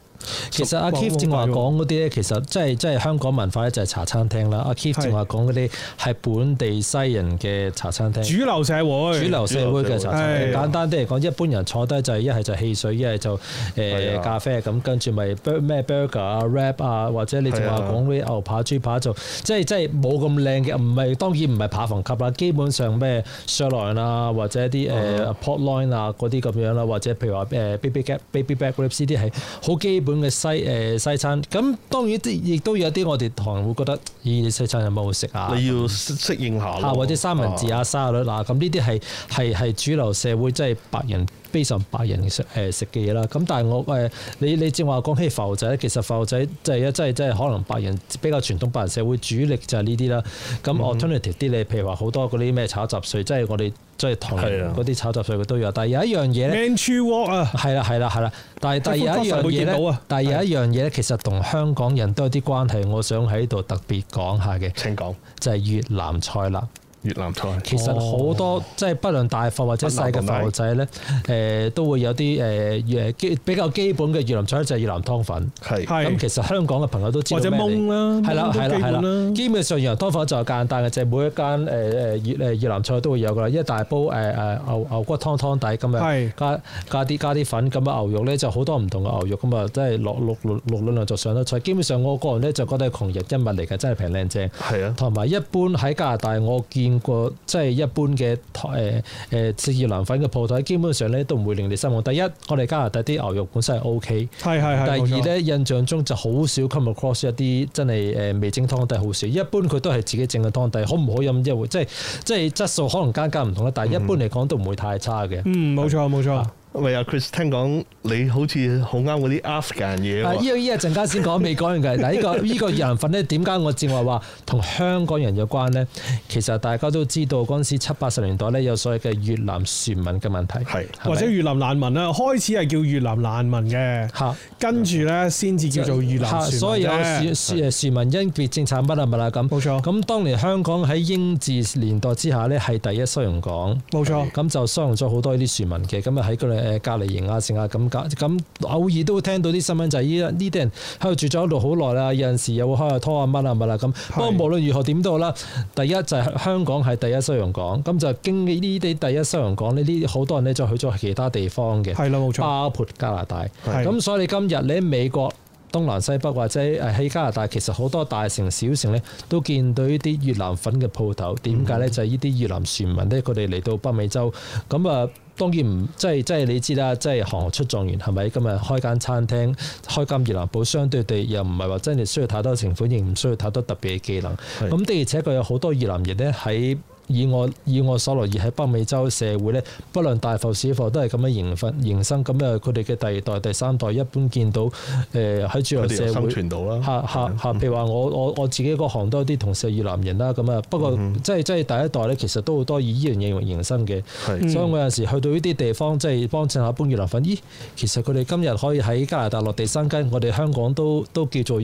S4: 其實阿
S1: 熟
S4: Keith 正話講嗰啲咧，其實即係即係香港文化咧，就係茶餐廳啦。阿 Keith
S1: 係
S4: 正話講嗰啲係本地西人嘅茶餐廳。
S1: 主流社會，
S4: 主流社會嘅茶餐廳，
S1: 係
S4: 簡單啲嚟講，一般人坐低就係一係就汽水，一係就
S5: 係
S4: 誒
S5: 啊
S4: 咖啡咁，跟住咪 bur- 咩 burger 啊、wrap 啊，或者你仲話
S5: 係啊
S4: 講嗰啲牛扒、豬扒就即係即係冇咁靚嘅，唔係當然唔係扒房級啦，基本上咩 sirloin 啊，或者一啲誒 pork loin 啊嗰啲咁樣啦，或者譬如話誒 baby back baby back ribs 呢啲係好基本嘅西誒西餐。咁當然啲亦都有啲我哋唐人會覺得，咦你西餐有乜好食啊？
S5: 你要適適應下
S4: 啊，
S5: 咯，
S4: 或者三文治
S5: 啊，
S4: 啊、沙律啊，咁呢啲係係係主流社會即係白人非常白人食誒食嘅嘢啦。咁但係我誒、呃你你正話講起浮仔，其實浮仔即係即係即係可能白人比較傳統白人社會主力就係呢啲啦。咁 alternative 啲你譬如話好多嗰啲咩炒雜碎，即係我哋即係唐
S5: 係
S4: 人
S5: 啊
S4: 嗰啲炒雜碎佢都有。但係有一樣嘢咧。
S1: Man Tree Walk 啊，
S4: 係啦，係啦，係啦，但係但係有一樣
S1: 會見
S4: 嘢
S1: 到
S4: 咧
S1: 啊，
S4: 但係有一樣嘢咧，其實同香港人都有啲關係，我想喺度特別講下嘅，
S5: 請講
S4: 就係越南菜啦。
S5: 越南菜哦
S4: 其實好多、即係不論大埠或者細嘅埠仔咧，誒、都會有啲誒誒基比較基本嘅越南菜就係越南湯粉。
S5: 係
S1: 係
S4: 咁其實香港嘅朋友都知道
S1: 或者
S4: 咩嚟
S1: 檬啦
S4: 係啦
S1: 檬都
S4: 係
S1: 基
S4: 啦係
S1: 本
S4: 啦
S1: 啦，
S4: 基本上越南湯粉就簡單嘅啫，每一間誒誒呃越誒越南菜都會有噶啦，一大煲誒誒牛牛骨湯湯底咁
S1: 係
S4: 樣，加加啲加啲粉咁啊，牛肉咧就好多唔同嘅牛肉咁啊，即係落六六六兩就上得菜。基本上我個人咧就覺得係窮人一物嚟嘅，真係平靚正。
S5: 係啊，
S4: 同埋一般喺加拿大，我見過即係一般嘅呃誒誒食越南粉嘅鋪頭，基本上咧都唔會令你失望。第一，我哋加拿大啲牛肉本身係 O K。
S1: 係係係。
S4: 第二
S1: 冇錯，
S4: 咧，印象中就好少 come across 一啲真係誒味精湯底，好少。一般佢都係自己整嘅湯底，好唔好飲一回，即係即係質素可能間間唔同啦，但係一般嚟講都唔會太差嘅。
S1: 嗯，冇錯冇錯。
S5: 喂啊 Chris，聽講你好似好啱嗰啲 Afghan 嘢
S4: 啊！
S5: 喎
S4: 依。個依個陣間先講，未講完嘅。嗱，依 個依個人份咧，點解我正話話同香港人有關咧？其實大家都知道嗰陣時七八十年代咧，有所謂嘅越南船民嘅問題，
S5: 係
S4: 係咪
S1: 或者越南難民啦，開始係叫越南難民嘅，
S4: 嚇。
S1: 跟住咧先至叫做越南船
S4: 嚇
S1: 民啫
S4: 所以有樹樹樹民因別政策乜啊乜啊咁。
S1: 冇錯
S4: 咁當年香港喺英治年代之下咧，係第一收容港。
S1: 冇錯
S4: 咁就收容咗好多呢啲船民嘅，咁啊喺佢哋誒隔離營啊，成啊咁隔咁偶爾都會聽到啲新聞就係依呢啲人喺度住咗喺度好耐啦，有陣時又會開下拖啊乜啊乜啦咁。不過無論如何點都好啦，第一就係香港係第一收容港，咁就經呢啲第一收容港呢啲好多人咧就去咗其他地方嘅。
S1: 係啦，冇錯，
S4: 包括加拿大。
S1: 係
S4: 咁所以你今日你喺美國東南西北或者誒喺加拿大，其實好多大城小城咧都見到呢啲越南粉嘅鋪頭。點解咧？就係呢啲越南船民咧，佢哋嚟到北美洲，咁啊當然唔即係即係你知啦，即係行行出狀元係咪？今日開間餐廳，開間越南堡，相對地又唔係話真係需要太多情款，亦唔需要太多特別嘅技能。
S5: 係
S4: 咁的而且確有好多越南人咧喺以我以我所留意喺北美洲社會咧，不論大埠小埠都係咁樣營分營生，咁啊佢哋嘅第二代、第三代一般見到誒呃喺、主
S5: 佢
S4: 流
S5: 哋又
S4: 社
S5: 生
S4: 會。
S5: 存到啦。
S4: 嚇
S1: 嗯
S4: 嚇嚇！啊譬如話我我我自己嗰行都有啲同事係越南人啦，咁啊不過
S1: 嗯
S4: 即係即係第一代咧，其實都好多以依樣嘢為營生嘅。
S5: 係
S4: 所以我有時去到呢啲地方，即係幫襯下搬越南粉，咦，其實佢哋今日可以喺加拿大落地生根，我哋香港都都叫做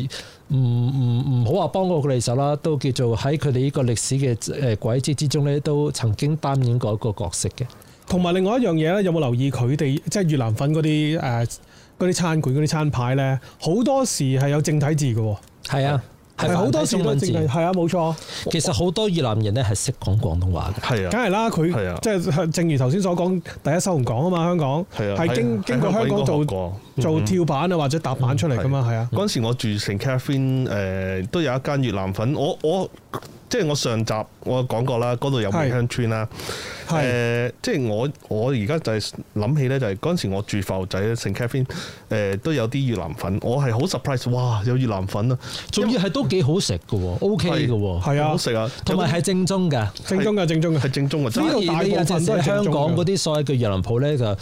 S4: 唔唔唔好話幫過佢哋手啦，都叫做喺佢哋呢個歷史嘅誒軌跡之中咧，都曾經擔演過一個角色嘅。
S1: 同埋另外一樣嘢咧，有冇留意佢哋即係越南粉嗰啲誒嗰啲餐館嗰啲餐牌咧，好多時係有正體字嘅喎，
S4: 係啊，
S1: 係好多時
S4: 中
S1: 都
S4: 文
S1: 有正
S4: 字
S1: 體，。係啊，冇錯。
S4: 其實好多越南人咧係識講廣東話嘅。
S5: 係
S1: 梗
S5: 啊，
S1: 係啦，佢
S5: 係啊
S1: 即係正如頭先所講，第一收容港啊嘛，香港
S5: 係啊，
S1: 係經
S5: 喺
S1: 經過香港
S5: 應
S1: 做
S5: 該學過嗯
S1: 做跳板啊或者踏板出嚟噶嘛，係啊，
S5: 嗰陣時我住 St Catherine 誒、都有一間越南粉。我我即係我上集我講過啦，嗰度有梅香村啦。誒、
S1: 係
S5: 即係我我而家就係諗起咧，就係嗰陣時我住埠仔 St Catherine 誒、都有啲越南粉。我係好 surprise，哇！有越南粉啊，
S4: 仲要係都幾好食嘅喎，OK 嘅喎，
S1: 係啊
S5: 好，食啊，
S4: 同埋係正宗㗎。
S1: 正宗嘅正宗嘅
S5: 係。正宗嘅。
S1: 呢度大部分都係正宗嘅
S4: 香港嗰啲所謂嘅越南鋪咧，就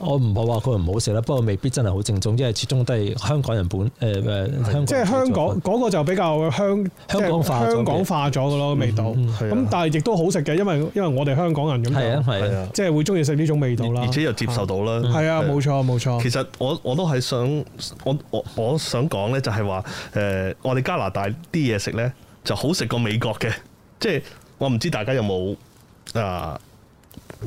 S4: 我唔好話佢唔好食啦，不過未必真係好正宗，因為始終都係香港人本誒誒、香港人
S1: 即係香港嗰個就比較香
S4: 香港化咗嘅
S1: 香港化咗嘅咯味道。
S5: 係啊
S1: 咁但係亦都好食嘅，因為因為我哋香港人咁
S4: 係啊
S1: 就
S4: 係
S5: 係
S4: 啊，
S5: 啊，
S1: 即係會中意食呢種味道啦。
S5: 而而且又接受到啦。
S1: 係啊，冇錯冇錯
S5: 嗯其。實我我都係想我我我想講咧，就係話誒，我哋加拿大啲嘢食咧就好食過美國嘅， 即係我唔知大家有冇啊、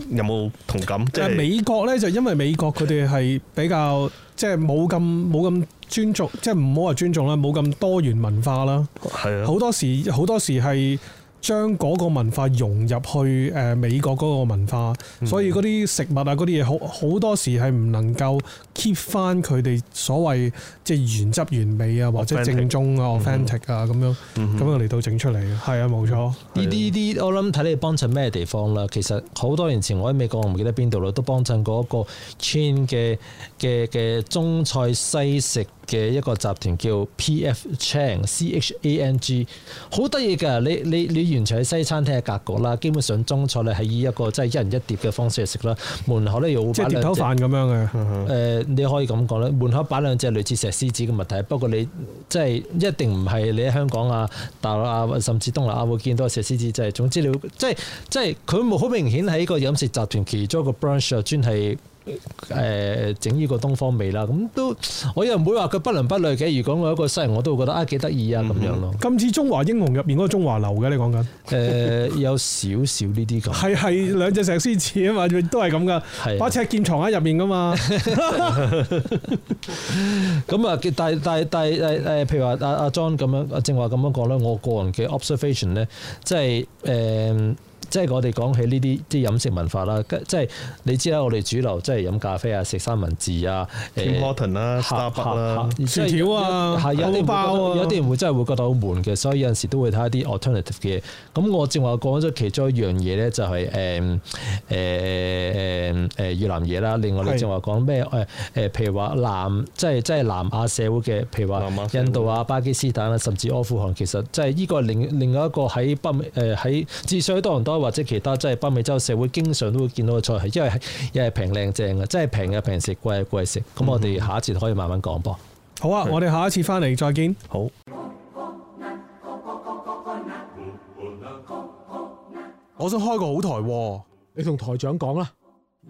S5: 有冇同感？即
S1: 但係
S5: 係
S1: 美國咧就因為美國佢哋係比較即係冇咁冇咁尊重，即係唔好話尊重啦，冇咁多元文化啦。
S5: 係啊，
S1: 好多時好多時係將嗰個文化融入去誒、呃美國嗰個文化，
S5: 嗯
S1: 所以嗰啲食物啊嗰啲嘢好好多時係唔能夠 keep 翻佢哋所謂即係原汁原味啊，或者
S5: Authentic
S1: 正宗啊、authentic 啊咁樣
S5: 嗯
S1: 咁樣嚟到整出嚟嘅，係啊冇錯，
S4: 呢啲啲我諗睇你幫襯咩地方啦。其實好多年前我喺美國，我唔記得邊度啦，都幫襯過一個 chain 嘅嘅嘅中菜西食嘅一個集團叫 P.F. Chang C H A N G，好得意㗎。你你你完全喺西餐廳嘅格局啦，基本上中菜咧係以一個即係一人一碟嘅方式去食啦。門口咧又會
S1: 即
S4: 擺
S1: 係碟頭
S4: 兩隻
S1: 飯咁樣嘅，
S4: 誒、呃你可以咁講啦，門口擺兩隻類似石獅子嘅物體，不過你即係一定唔係你喺香港啊、大陸啊，甚至東南亞會見到嘅石獅子，就係總之你會即係即係佢冇好明顯喺個飲食集團其中一個 branch 啊，專係。誒整呢個東方味啦，咁都我又唔會話佢不倫不類嘅。如果我有一個西人，我都會覺得啊幾得意啊咁樣咯。
S1: 今次中華英雄入面嗰個中華樓嘅，你講緊
S4: 誒、呃有少少呢啲咁，
S1: 係係兩隻石獅子啊嘛，都係咁噶，
S4: 係啊
S1: 把尺劍藏喺入面噶 嘛，
S4: 咁啊，嘅但係但係但係誒誒，譬如話阿阿 John 咁樣，阿正話咁樣講咧，我個人嘅 observation 咧，即係誒。即係我哋講起呢啲啲飲食文化啦，跟即係你知啦，我哋主流即係飲咖啡啊、食三文治啊、
S5: Tim
S1: 呃
S5: Horton 啦、
S4: 嚇
S5: Starbucks 啦，
S1: 薯條啊
S4: 係有啲人會
S1: 漢
S4: 覺得
S1: 堡包啊
S4: 有啲人會真係會覺得好悶嘅，所以有陣時都會睇一啲 alternative 嘅嘢。咁我正話講咗其中一樣嘢咧，就係誒誒誒誒越南嘢啦。另外
S1: 係
S4: 你正話講咩誒誒，譬如話南即係即係南亞社會嘅，譬如
S5: 南
S4: 話
S5: 亞社會
S4: 印度啊、巴基斯坦啊，甚至阿富汗，其實即係呢個係另另外一個喺北美誒喺至少喺多倫多或者其他即係北美洲社會經常都會見到嘅菜係，因為係又係平靚正嘅，即係平嘅平食，貴嘅貴食。咁我
S5: 嗯
S4: 哋下一節可以慢慢講噃。
S1: 好啊，我哋下一次翻嚟再見。
S5: 好。
S1: 我想開個好台喎，
S2: 你同台長講啦。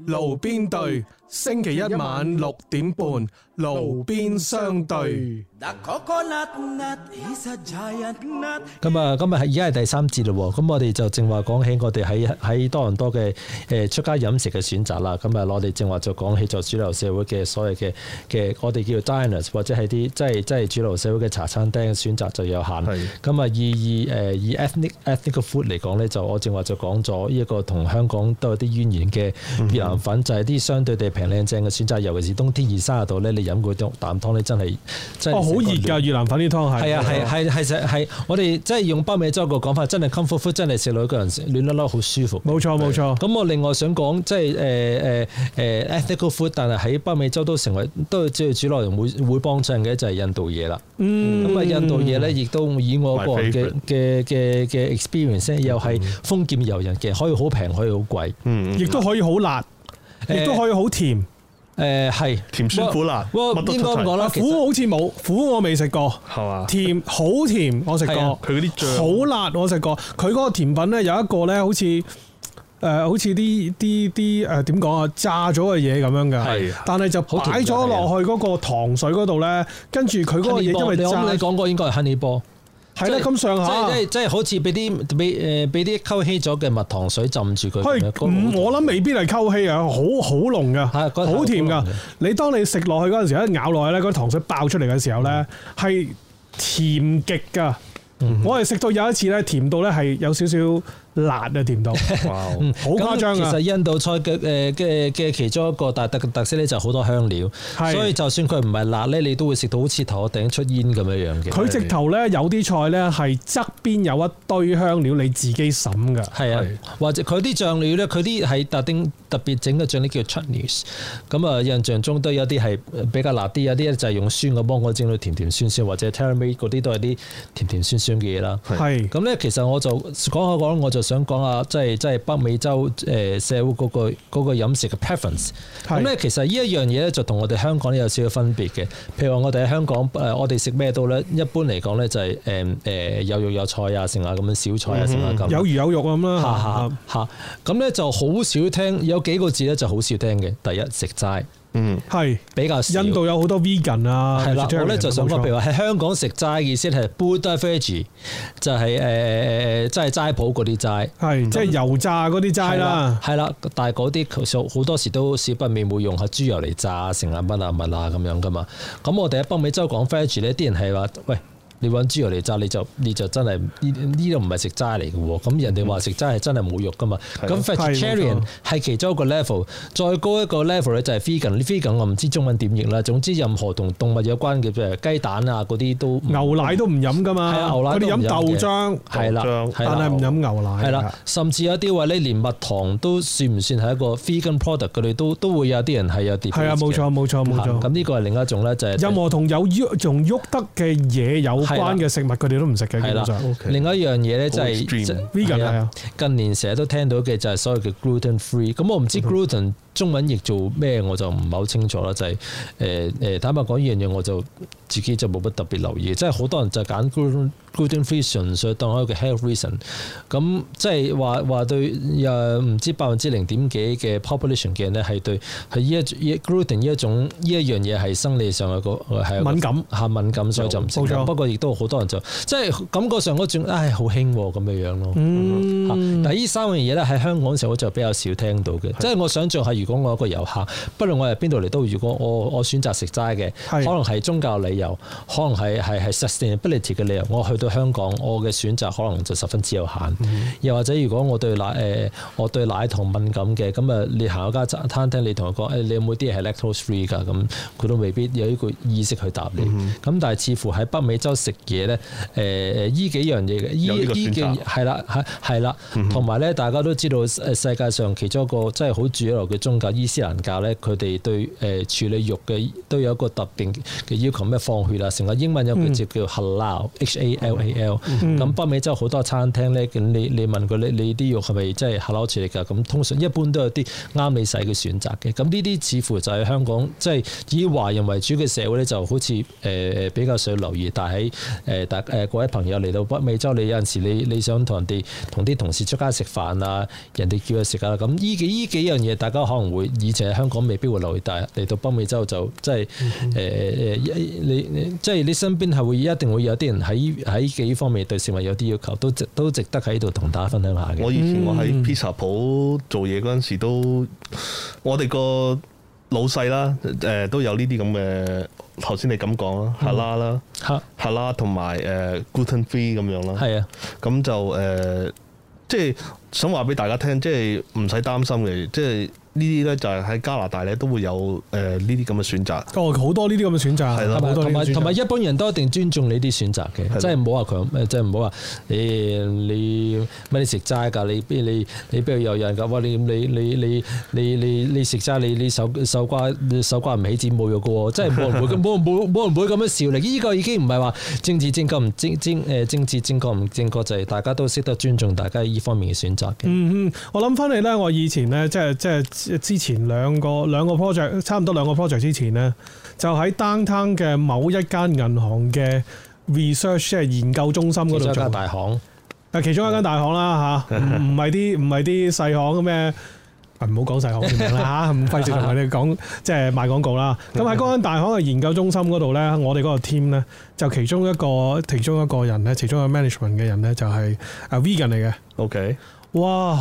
S1: 路邊對，星期一晚六點半，路邊相對。
S3: The coconut nut is a giant nut.
S4: 咁啊，今日係而家係第三節咯喎，咁我哋就正話講起我哋喺喺多倫多嘅誒、呃出街飲食嘅選擇啦。咁啊，我哋正話就講起咗主流社會嘅所謂嘅嘅，我哋叫 diners 或者係啲即係即係主流社會嘅茶餐廳嘅選擇就有限。
S5: 係
S4: 咁啊，以以誒、呃以 ethnic ethnic food 嚟講咧，就我正話就講咗呢一個同香港都有啲淵源嘅
S1: 嗯
S4: 越南粉，就係啲相對地平靚正嘅選擇，尤其是冬天二三十度咧，你飲嗰啲啖湯咧真係真係
S1: 哦，好熱㗎，越南粉啲湯係。
S4: 係啊，係係係實係，我哋即係用北美洲個講法，真係 comfort food，真係食落個人暖粒粒好舒服。
S1: 冇錯冇錯。
S4: 咁我另外想講，即係誒誒誒 ethical food，但係喺北美洲都成為都即係主流人會會幫襯嘅就係印度嘢啦。
S1: 嗯
S4: 咁啊，印度嘢咧，亦都以我個人
S5: My
S4: 嘅嘅嘅嘅 experience 咧，又係豐儉由人嘅，可以好平，可以好貴。
S5: 嗯，
S1: 亦都可以好辣，亦都可以好甜。
S4: 誒係
S5: 甜酸苦辣
S4: 哇
S5: 乜都
S4: 應該咁
S5: 出齊
S4: 講啦，其實
S1: 啊苦好似冇，苦我未食過。
S5: 係嘛？
S1: 甜好甜，我食過。
S4: 係啊
S5: 佢嗰啲醬
S1: 好辣，我食過。佢嗰個甜品咧有一個咧，好似誒、呃好似啲啲啲誒點講啊，炸咗嘅嘢咁樣
S5: 係
S1: 㗎
S5: 啊。
S1: 但係就
S4: 好甜㗎啊
S1: 擺咗落去嗰個糖水嗰度咧，跟住佢嗰個
S4: honey
S5: 啊
S1: 嘢因
S4: ball，
S1: 為
S4: 你講
S1: 炸
S4: 你講過應該係 honey ball。
S1: 係啦咁上
S4: 即係即
S1: 下
S4: 係，即係好似俾啲俾呃誒俾啲溝稀咗嘅蜜糖水浸住佢咁樣。
S1: 係唔嗯我諗未必係溝氣啊，好好濃㗎，
S4: 係嗰個
S1: 好甜
S4: 好
S1: 㗎
S4: 濃嘅。
S1: 你當你食落去嗰陣時，一咬落去咧，嗰啲糖水爆出嚟嘅時候咧，
S4: 嗯
S1: 係甜極㗎。我係食到有一次咧，甜到咧係有少少辣啊，甜 到
S5: 哇！
S1: 好誇張
S4: 咁其
S1: 啊
S4: 實！印度菜嘅誒嘅嘅其中一個大特特色咧就係好多香料，
S1: 係
S4: 所以就算佢唔係辣咧，你都會食到好似頭殼頂出煙咁樣樣嘅。
S1: 佢直頭咧有啲菜咧係側邊有一堆香料，你自己審噶。
S4: 係啊，或者佢啲醬料咧，佢啲係特定特別整嘅醬料叫 chutneys，咁啊印象中都有啲係比較辣啲，有啲咧就係用酸嘅芒果整到甜甜酸酸，或者 t e r r a m a 嗰啲都係啲甜甜酸酸嘅嘢啦。
S1: 係
S4: 咁咧，其實我就講下講，我就想講下，即係即係北美洲誒、呃社會嗰、個嗰、個飲食嘅 preference。
S1: 係
S4: 咁咧，其實呢一樣嘢咧，就同我哋香港有少少分別嘅。譬如話，我哋喺香港誒、呃我哋食咩都咧，一般嚟講咧就係誒誒有肉有菜啊，成啊咁樣小菜啊，成啊咁。
S1: 嗯有魚有肉啊嗯咁
S4: 嚇
S1: 啦
S4: 嚇。嚇！咁咧就好少聽，有幾個字咧就好少聽嘅。第一食齋
S5: 嗯，
S1: 係
S4: 比較少。
S1: 印度有好多 vegan 啊，
S4: 係啦，我
S1: vegetarian
S4: 咧就想講，
S1: 冇錯
S4: 譬如話喺香港食齋嘅意思係 Buddha veggie，就係誒誒誒，即係齋鋪嗰啲齋。
S1: 係即係油炸嗰啲齋啦。
S4: 係啦，但係嗰啲其實好多時都少不免會用下豬油嚟炸成啊乜啊物啊咁樣噶嘛。咁我哋喺北美洲講 veg 咧，啲人係話喂。你揾豬油嚟炸，你就你就真係呢呢度唔係食齋嚟嘅喎。咁人哋話食齋係真係冇肉噶嘛。咁
S1: 嗯係冇錯
S4: vegetarian 係其中一個 level，再高一個 level 咧就係 vegan。呢 vegan 我唔知中文點譯啦。總之任何同動物有關嘅，譬如雞蛋啊嗰啲都唔
S1: 牛奶都唔飲噶嘛，
S4: 係啊牛奶
S1: 佢
S4: 都
S1: 哋
S4: 唔
S1: 飲
S4: 飲
S1: 豆
S4: 嘅
S1: 漿，
S4: 係啦，
S5: 豆漿
S4: 係
S1: 但
S4: 啦
S1: 係唔飲牛奶。
S4: 係啦，，甚至有啲話咧，連蜜糖都算唔算係一個 vegan product？佢哋都都會有啲人係有啲
S1: 係啊，冇錯冇錯冇
S4: 咁
S1: 錯。
S4: 呢個係另一種咧，就係
S1: 任何同有喐同喐得嘅嘢有關嘅食物，佢哋都唔食嘅。基
S4: 係
S1: 本
S4: 啦
S1: 上。
S5: OK
S4: 另一樣嘢咧就
S5: 好
S4: 係
S5: extreme
S4: 即
S1: vegan
S4: 係
S1: 係
S4: 啊
S1: 啊，
S4: 近年成日都聽到嘅就係所謂嘅 gluten free。咁我唔知 gluten 中文譯做咩，我就唔係好清楚啦。就係誒誒，坦白講，呢樣嘢我就自己就冇乜特別留意。即係好多人就揀 gluten gluten free 純粹當係一個 health reason。咁即係話話對誒唔知百分之零點幾嘅 population 嘅人咧，係對係呢一依 gluten 呢一種呢一樣嘢係生理上有個係有個
S1: 敏感
S4: 嚇敏感，所以就唔食
S1: 冇錯
S4: 啦。不過亦都好多人就即係感覺上嗰種唉好興喎咁嘅樣咯。
S1: 嗯
S4: 嚇但係呢三樣嘢咧喺香港嘅時候我就比較少聽到嘅，即係我想象下，如果我一個遊客，不論我係邊度嚟都，如果我我選擇食齋嘅，可
S1: 係
S4: 能係宗教理由，可能係係係 sustainability 嘅理由，我去到香港，我嘅選擇可能就十分之有限。
S5: 嗯
S4: 又或者如果我對奶誒、呃我對奶糖敏感嘅，咁啊你行嗰間餐廳，你同佢講誒你有冇啲係 lactose free 㗎？咁佢都未必有呢個意識去答你。咁、
S5: 嗯
S4: 但係似乎喺北美洲食嘢咧，誒誒依幾樣嘢嘅，依
S5: 有呢個
S4: 依
S5: 選擇
S4: 嘅係啦，係係啦，同埋咧，大家都知道誒世界上其中一個真係好主流嘅宗教伊斯蘭教咧，佢哋對誒處理肉嘅都有一個特定嘅要求，咩放血啊，成個英文有句字叫 halal，H A L A L。咁北美洲好多餐廳咧，咁你你問佢你你啲肉係咪即係 halal 處理㗎？咁通常一般都有啲啱你使嘅選擇嘅。咁呢啲似乎就係香港即係以華人為主嘅社會咧，就好似誒誒比較少留意，但喺誒大誒各位朋友嚟到北美洲，你有陣時你你想同人哋同啲同事出街食飯啊，人哋叫佢食啊，咁呢幾呢幾樣嘢，大家可能能會以前喺香港未必會留意，但係嚟到北美洲就即係誒誒誒一你你即係你身邊係會一定會有啲人喺喺幾方面對事物有啲要求，都值都值得喺度同大家分享下嘅
S5: 我。以前我
S1: 嗯
S5: 喺 pizza 鋪做嘢嗰陣時都，我哋個老細啦，誒、都有呢啲咁嘅，頭先你咁講
S1: 嗯
S5: 啦，哈啦啦，
S4: 嚇，
S5: 哈啦同埋誒 gluten free 咁樣啦，
S4: 係啊，
S5: 咁就誒、呃即係想話俾大家聽，即係唔使擔心嘅，即係呢啲咧就係喺加拿大咧都會有誒呢啲咁嘅選擇。
S1: 哦，好多呢啲咁嘅選擇，
S5: 係啦
S1: 好多呢
S4: 同埋
S1: 啲選擇
S4: 同埋一般人都一定尊重你啲選擇
S5: 係
S4: 嘅，
S5: 咯
S4: 即係唔好話佢誒，即係唔好話你你乜你食齋㗎？你邊你你邊度有人㗎？哇！你你你你你你你食齋，你你手手瓜手瓜唔起剪冇用嘅喎，即係冇人會冇冇冇人會咁樣笑你。呢個已經唔係話政治正確唔正正誒政治正確唔正確，就係大家都識得尊重大家呢方面嘅選擇嘅。
S1: 嗯嗯，我諗翻嚟咧，我以前咧，即係即係之前兩個兩個 project，差唔多兩個 project 之前咧，就喺 downtown 嘅某一間銀行嘅 research 即係研究中心嗰
S4: 其
S1: 度
S4: 中一間
S1: 做。
S4: 大行
S1: 啊，其中一間大行啦 嚇，唔唔係啲唔係啲細行咁咩？啊唔好講細行嘅名啦 嚇，唔費事同你講即係賣廣告啦。咁喺嗰間大行嘅研究中心嗰度咧，我哋嗰個 team 咧就其中一個其中一個人咧，其中一個 management 嘅人咧就係啊 vegan 嚟嘅。
S5: OK，
S1: 哇！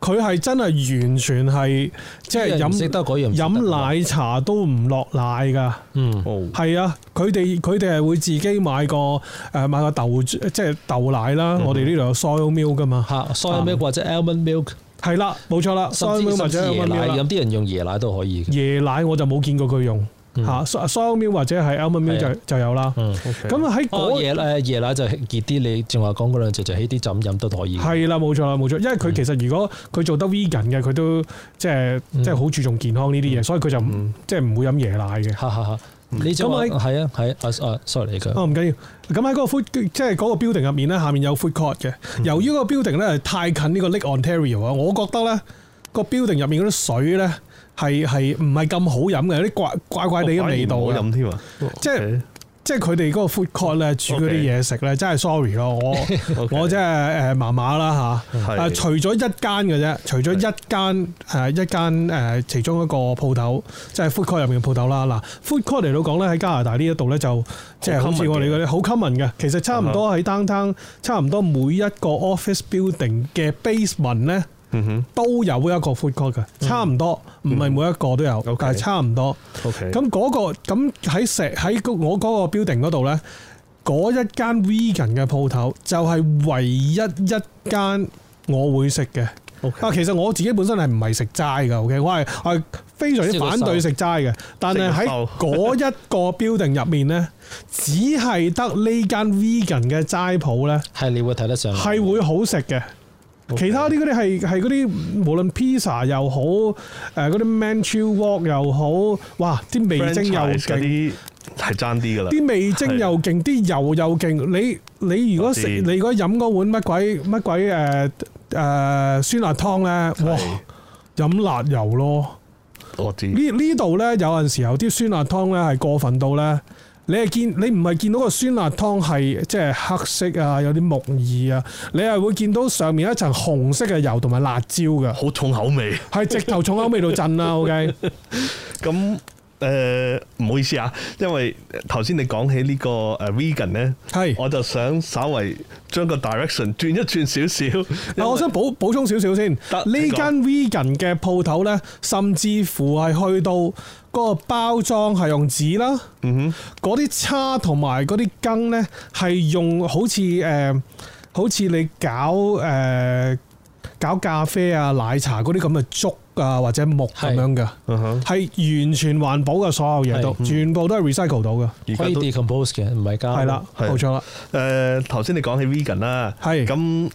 S1: 佢係真係完全係即係
S4: 呢樣唔識
S1: 飲
S4: 得嗰樣唔識得
S1: 飲奶茶都唔落奶㗎，
S4: 嗯。
S5: 哦，
S1: 係啊！佢哋佢哋係會自己買個誒、呃、買個豆即係豆奶啦，我哋呢度有 soy milk 㗎嘛，
S4: 嗯嚇，soy milk 或者 almond milk，
S1: 係啦，冇錯啦
S4: 甚
S1: ，soy
S4: 至
S1: milk 或
S4: 甚至
S1: 者
S4: 椰
S1: almond
S4: 奶，
S1: milk 啦
S4: 有啲人用椰奶都可以嘅。
S1: 椰奶我就冇見過佢用嚇，soy milk 或者係 almond milk
S4: 嗯係啊
S1: 就就有啦。
S4: 嗯
S1: 咁喺
S4: 哦，
S1: 嗰
S4: 椰誒椰奶就熱啲，你正話講嗰兩隻就起啲就咁飲都可以。
S1: 係啦，冇錯啦，冇錯，因為
S4: 嗯
S1: 佢其實如果佢做得 vegan 嘅，佢都即係
S4: 嗯
S1: 即係好注重健康呢啲嘢，所以佢就唔即係唔會飲椰奶嘅。
S4: 哈哈哈！你就話
S1: 咁喺
S4: 係啊係啊啊啊，sorry 你
S1: 哦，
S4: 講
S1: 唔緊要。咁喺嗰個 food 即係嗰個 building 入面咧，下面有 food court 嘅。
S5: 嗯
S1: 由於嗰個 building 咧太近呢個 Lake Ontario 啊，我覺得咧個 building 入面嗰啲水咧係係唔係咁好飲嘅，有啲怪怪怪地嘅味道
S5: 我
S1: 嘅
S5: 哦反而唔好飲添啊！
S1: 即係即係佢哋嗰個 food court 咧煮嗰啲嘢食咧，真係 sorry 咯， 我
S5: OK
S1: 我真係誒呃麻麻啦嚇。
S5: 係
S1: 啊，除咗一間嘅啫，除咗一間誒、一間誒、其中一個鋪頭，即係 food court 入面嘅鋪頭啦。嗱，food court 嚟到講咧，喺加拿大呢一度咧就即係好似
S5: common 啊
S1: 我哋嗰啲好 common 嘅，其實差唔多喺 downtown，差唔多每一個 office building 嘅 basement 咧。
S5: 嗯
S1: 都有一個 food court 嘅，差唔多，唔係每一個都有，
S5: 嗯 OK
S1: 但係差唔多。
S5: 哼，OK，
S1: 咁嗰、個咁喺石喺個我嗰個 building 嗰度呢，嗰一間 vegan 嘅鋪頭就係唯一一間我會食嘅。
S5: OK
S1: 啊，其實我自己本身係唔係食齋㗎？OK，我係我係非常之反對食齋嘅。但係
S5: 食
S1: 喺
S5: 個
S1: 嗰一個 building 入面呢，只係得呢間 vegan 嘅齋鋪呢。
S4: 係你會睇得上眼
S1: 係會好食嘅。其他啲嗰啲係係嗰啲，無論 pizza 又好，誒嗰啲 Manchu Wok 又好，哇！啲味精又
S5: Franchise 嗰
S1: 勁，
S5: 啲係爭啲噶啦。
S1: 啲味精又勁，啲油又勁。你你如果食
S5: 我知
S1: 你如果飲嗰碗乜鬼乜鬼誒誒酸辣湯咧，哇！飲辣油咯〜
S5: 我知，
S1: 呢呢度呢，有陣時候啲酸辣湯呢係過分到呢。你係見你唔係見到個酸辣湯係即係黑色啊，有啲木耳啊，你係會見到上面一層紅色嘅油同埋辣椒嘅，
S5: 好重口味。
S1: 係直頭重口味道震啦。OK，
S5: 咁誒唔好意思啊，因為頭先你講起呢個誒 vegan 咧，
S1: 係。
S5: 我就想稍微將個 direction 轉一轉少少。因為
S1: 啊嗱，我想補補充少少先，呢
S5: 得
S1: 間 vegan 嘅鋪頭呢，甚至乎係去到嗰個包裝係用紙啦，
S5: 嗯
S1: 嗰啲叉同埋嗰啲羹呢，係用好似誒、呃好似你搞誒、呃搞咖啡啊、奶茶嗰啲咁嘅竹啊或者木咁樣嘅，
S5: 哼，嗯哼，嗯
S1: 係完全環保嘅，所有嘢都全部都係 recycle 到嘅，
S5: 而
S4: 可
S5: 家
S4: 以
S5: 都
S4: decompose 嘅，唔係加
S1: 係啦，
S5: 係
S1: 冇錯啦，
S5: 誒頭先你講起 vegan 啦，
S1: 係
S5: 咁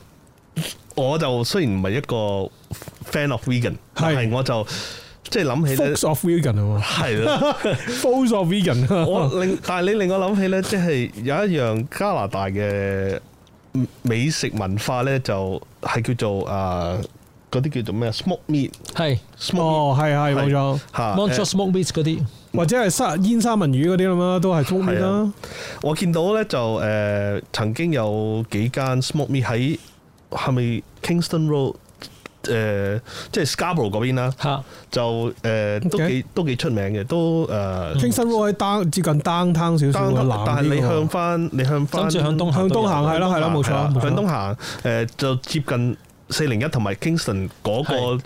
S5: 我就雖然唔係一個 fan of vegan，但係我就即係諗起
S1: f o
S5: 咧
S1: l，s of vegan 啊 嘛
S5: 係啦。
S1: f o l s of vegan
S5: 我令，但係你令我諗起咧，即係有一樣加拿大嘅美食文化咧，就係叫做啊嗰啲叫做咩 smoke meat
S4: 係
S5: smoke
S1: 哦，係係冇錯，
S5: 嚇
S4: m o n t r e
S5: 啊誒
S4: smoke meat 嗰啲，
S1: 或者係沙煙三文魚嗰啲咁啦，都係中意
S5: 係
S1: 啦
S5: 啊，我見到咧就誒、曾經有幾間 smoke meat 喺係咪 Kingston Road 誒即係 Scarborough 嗰邊啦，
S4: 嚇
S5: 就誒都
S1: OK
S5: 幾都幾出名嘅，都誒。
S1: Kingston Road 喺 down 接近 downtown 少少
S5: 但
S1: 嘅
S5: 但
S1: 南
S5: 係
S1: 呢
S5: 你
S1: 個
S5: 向翻，你向
S4: 甚
S5: 翻
S4: 至向東行
S1: 向
S4: 都
S1: 東
S4: 有
S1: 行係啦，係啦，冇錯，冇
S5: 向
S1: 錯
S5: 東行誒就接近四零一同埋 Kingston 嗰個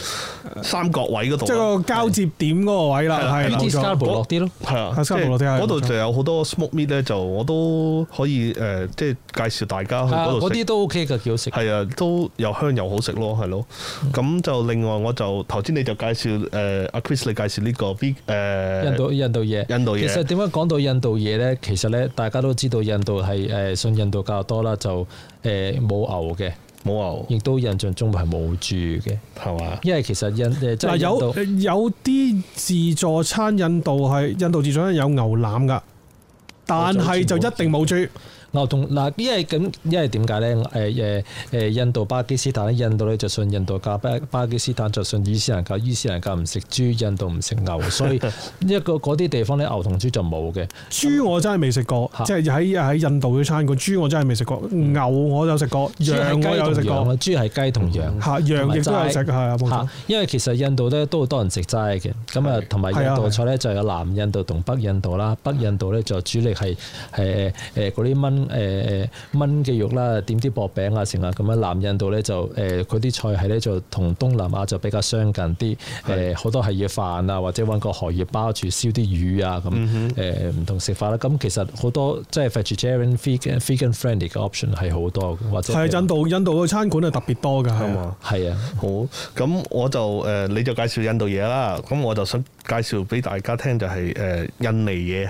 S5: 三角位嗰度
S1: 即係
S5: 啦。
S1: 個交接點嗰個位啦，
S5: 係
S1: 係
S5: 啦係
S1: 啦
S5: 啦
S1: 冇
S4: 啲
S1: 錯
S4: Scarborough 落啲咯，
S5: 係啊，
S1: 喺
S5: 即
S1: 沙布羅
S5: 係
S1: 地下
S5: 嗰度
S1: 冇錯
S5: 就有好多 smoke meat 咧，就我都可以誒、呃即係介紹大家去
S4: 啊
S5: 嗰
S4: 嗰
S5: 度
S4: 啲嗯
S5: 食。
S4: 都 OK 嘅，幾好食。
S5: 係啊，都又香又好食咯，係咯。咁就另外我就頭先你就介紹誒呃阿、Chris 你介紹呢、個呃 B 誒、
S4: 印度印度嘢，
S5: 印度嘢
S4: 其實點解講到印度嘢咧？其實咧，大家都知道印度係誒、呃信印度教多啦，就誒冇、牛嘅，
S5: 冇牛
S4: 亦都印象中係冇豬嘅，
S5: 係嘛？
S4: 因為其實印誒即係
S1: 嗱
S4: 印
S1: 有
S4: 度
S1: 有啲自助餐印度係印度自助餐有牛腩㗎，但係就一定冇豬。
S4: 牛同嗱，因為咁，因為點解咧？誒誒誒，印度、巴基斯坦咧，印度咧就信印度教，巴巴基斯坦就信伊斯蘭教，伊斯蘭教唔食豬，印度唔食 牛，所以一個嗰啲地方咧，牛同豬就冇嘅。
S1: 豬我真係未食過，
S4: 嚇
S1: 即係喺喺印度嘅餐館，豬我真係未食過。牛我有食過，羊我有
S4: 豬係雞
S1: 食
S4: 同羊
S1: 過，嗯嚇
S4: 啊，豬係雞同羊。
S1: 羊亦都有食，
S4: 同埋齋
S1: 係啊冇錯
S4: 嚇。，因為其實印度咧都好多人食齋嘅，咁啊同埋
S1: 係啊
S4: 印
S1: 係啊
S4: 度菜咧就有南印度同北印度啦，北印度咧就主力係係誒誒嗰啲炆誒誒炆嘅肉啦，點啲薄餅啊成啊咁啊，南印度咧就誒嗰啲菜係咧就同東南亞就比較相近啲，誒好多係要飯啊或者揾個荷葉包住燒啲魚啊
S1: 嗯
S4: 咁誒唔同食法啦，咁其實好多即係 vegetarian vegan vegan friendly 嘅 option 係好多嘅，或者
S1: 係印度印度嘅餐館係特別多㗎，
S5: 係
S1: 係啊
S5: 嘛？
S4: 係啊。
S5: 好，咁我就誒、呃你就介紹印度嘢啦，咁我就想介紹俾大家聽就係、誒、印尼嘢。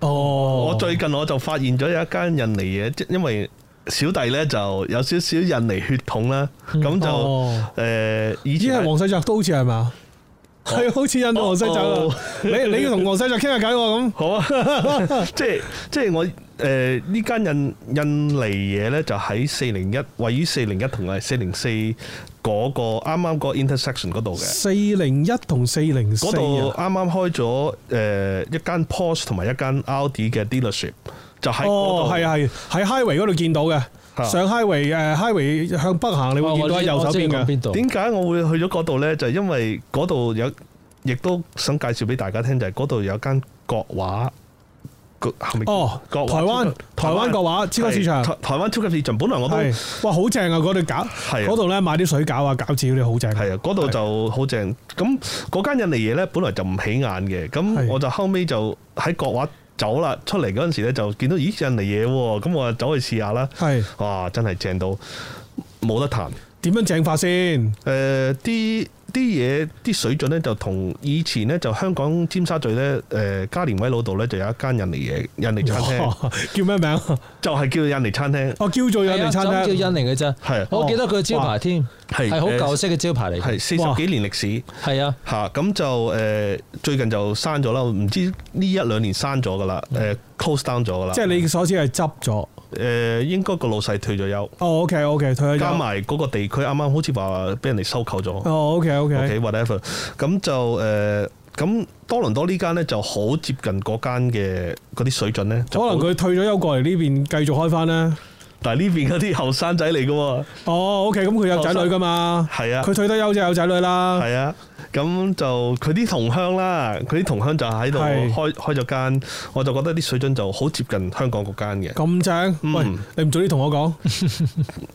S1: 哦，
S5: 我最近我就發現咗有一間印尼嘢，即因為小弟咧就有少少印尼血統啦，咁就誒、
S1: 哦
S5: 呃以
S1: 已經
S5: 前
S1: 係
S5: 係
S1: 黃世澤都好似係嘛？係好似印度黃世澤
S5: 哦
S1: 啊
S5: 哦！
S1: 你你要同黃世澤傾下偈 喎咁。
S5: 好啊，即係即係我誒呃呢間印印尼嘢咧，就喺四零一，位於四零一同埋四零四嗰個啱啱個 intersection 嗰度嘅。
S1: 四啊零一同四零四
S5: 嗰度
S1: 啊，
S5: 啱啱開咗誒、呃一間 Porsche 同埋一間 Audi 嘅 dealership，就喺嗰
S1: 哦
S5: 度。，
S1: 係啊係，喺 highway 嗰度見到嘅，
S5: 嚇哦
S1: 上 highway 誒 highway 向北行，你會見到喺右手邊嘅。
S4: 邊度？
S5: 點解我會去咗嗰度呢？就係因為嗰度有，亦都想介紹俾大家聽，就係嗰度有間國畫，個係咪叫
S1: 哦，台
S5: 國畫
S1: 灣台灣個
S5: 國
S1: 畫超級市場
S5: 台台灣超級市場，本來我都
S1: 係
S5: 係，
S1: 哇好正啊！嗰度搞
S5: 啊
S1: 嗰度咧買啲水餃啊、餃子嗰啲好正。
S5: 啊，嗰度就好正。咁嗰間印尼嘢呢，本來就唔起眼嘅，咁
S1: 係
S5: 我就後尾就喺國畫走啦，出嚟嗰陣時咧就見到咦印尼嘢喎，咁我就走去試下啦。
S1: 係
S5: 哇！真係正到冇得彈。
S1: 點樣正法先？
S5: 誒呃啲啲嘢啲水準咧就同以前咧就香港尖沙咀咧誒、加連威老道咧就有一間印尼嘢印尼餐廳，
S1: 哇哦叫咩名？
S5: 就係叫印尼餐廳，
S1: 我叫做印尼餐
S4: 係啊就咁
S1: 廳。
S4: 叫印尼嘅啫。
S5: 係
S4: 我記得佢嘅招牌添，
S5: 係
S4: 係好
S5: 誒
S4: 舊式嘅招牌嚟嘅。
S5: 係四
S1: 哇
S5: 十幾年歷史
S4: 係啊，
S5: 嚇，咁、就誒、呃最近就閂咗啦，唔知呢一兩年閂咗噶啦，誒、close down 咗噶啦，
S1: 嗯即係你所知係執咗。哦
S5: 誒、應該個老細退咗休，
S1: ，OK OK，退咗
S5: 加
S1: 休。
S5: 埋嗰個地區啱啱好似話俾人哋收購咗。
S1: 哦，OK OK，
S5: OK，whatever。咁就誒，呃咁、多倫多呢間咧就好接近嗰間嘅嗰啲水準咧。
S1: 可
S5: 就好
S1: 能佢退咗休過嚟呢邊繼續開翻咧。
S5: 但係呢邊嗰啲後生仔嚟嘅喎，
S1: 哦，OK，咁佢有仔女噶嘛？
S5: 係啊
S1: 佢退得休就有仔女啦。
S5: 係啊。咁就佢啲同鄉啦，佢啲同鄉就喺度
S1: 係
S5: 開開咗間，我就覺得啲水準就好接近香港嗰間嘅，
S1: 咁正，
S5: 嗯
S1: 喂，你唔早啲同我講，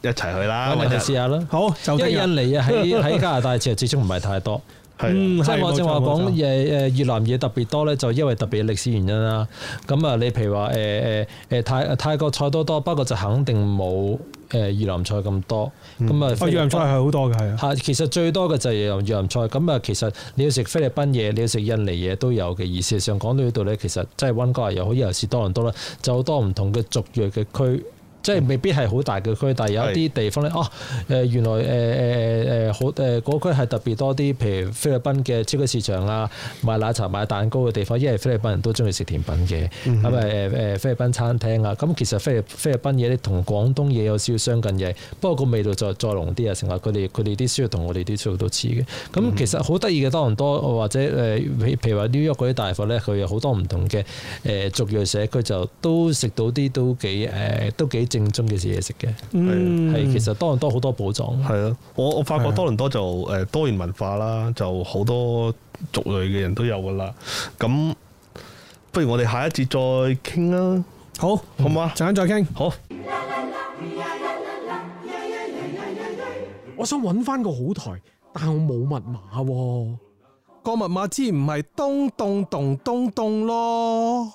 S5: 一齊去啦。
S4: 我
S5: 或者
S4: 哋試下啦。
S1: 好
S4: 因
S1: 就
S4: 為
S1: 聽日。
S4: 印尼啊喺喺加拿大其實始終唔係太多，
S5: 係啊
S4: 即係我正話講誒
S1: 嘢，
S4: 誒越南嘢特別多咧，就因為特別歷史原因啦。咁啊，你譬如話誒誒誒泰泰國菜多多，不過就肯定冇誒越南菜咁多。咁啊，
S1: 哦，越南菜係好多嘅，係啊。
S4: 嚇，其實最多嘅就係越南越南菜。咁啊，其實你要食菲律賓嘢，你要食印尼嘢都有嘅。而事實上講到呢度咧，其實即係温哥華又好，尤其是多倫多啦，就好多唔同嘅族裔嘅區。即係未必係好大嘅區，但係有一啲地方咧，哦，誒、原來誒誒誒誒好誒嗰區係特別多啲，譬如菲律賓嘅超級市場啊，賣奶茶、賣蛋糕嘅地方，因為菲律賓人都中意食甜品嘅，咁啊誒誒菲律賓餐廳啊，咁其實菲律菲律賓嘢咧同廣東嘢有少少相近嘅，不過個味道再再濃啲啊，成日佢哋佢哋啲燒肉同我哋啲燒肉都似嘅，咁其實好得意嘅多倫多或者誒譬譬如話 New York 嗰啲大佛咧，佢有好多唔同嘅誒族裔社區就都食到啲都幾誒、都幾正宗嘅嘢食嘅，係、
S1: 嗯，
S4: 其實多倫多好多寶藏。
S5: 啊係咯，我我發
S1: 係
S5: 覺
S1: 啊
S5: 多倫多就誒、呃多元文化啦，就好多族類嘅人都有噶啦。咁不如我哋下一節再傾啦，
S1: 好，
S5: 好唔好啊？
S1: 陣間再傾。
S5: 好，
S2: 我想揾翻個好台，但我冇密碼喎。
S1: 個密碼之唔係東洞洞東洞咯。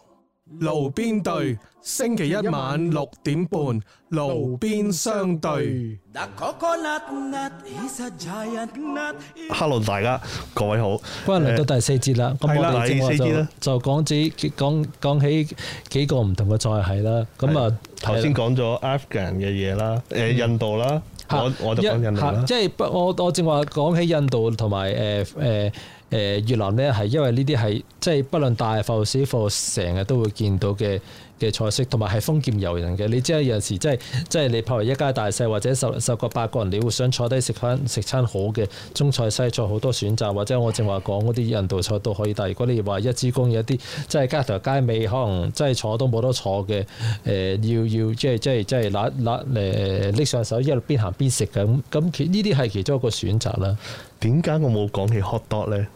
S1: 路邊對，星期一晚六點半，路邊相對。
S3: The coconut nut is a giant nut.
S5: hello 大家，各位好。
S4: 關嚟到第四節啦，咁
S5: 係
S4: 我
S5: 啦
S4: 哋正話
S5: 第四節啦
S4: 就就講自己講講起幾個唔同嘅菜系啦。咁啊，
S5: 頭先講咗 Afghan 嘅嘢啦，誒、印度啦，
S4: 嚇
S5: 我我就講印度
S4: 嚇
S5: 啦
S4: 即。係不我我正話講起印度同埋誒誒誒越南咧，係因為呢啲係即係不論大埠小埠，成日都會見到嘅嘅菜式，同埋係豐儉由人嘅。你知啦，有陣時即係即係你譬如一家大細或者十十個八個人，你會想坐低食翻食餐好嘅中菜西菜好多選擇，或者我正話講嗰啲印度菜都可以。但係如果你話一支公有一啲即係街頭街尾，可能真係坐都冇得坐嘅，誒、要要即係即係即係揦揦誒拎上手一路邊行邊食嘅咁咁，其呢啲係其中一個選擇啦。
S5: 點解我冇講起 hot dog 咧？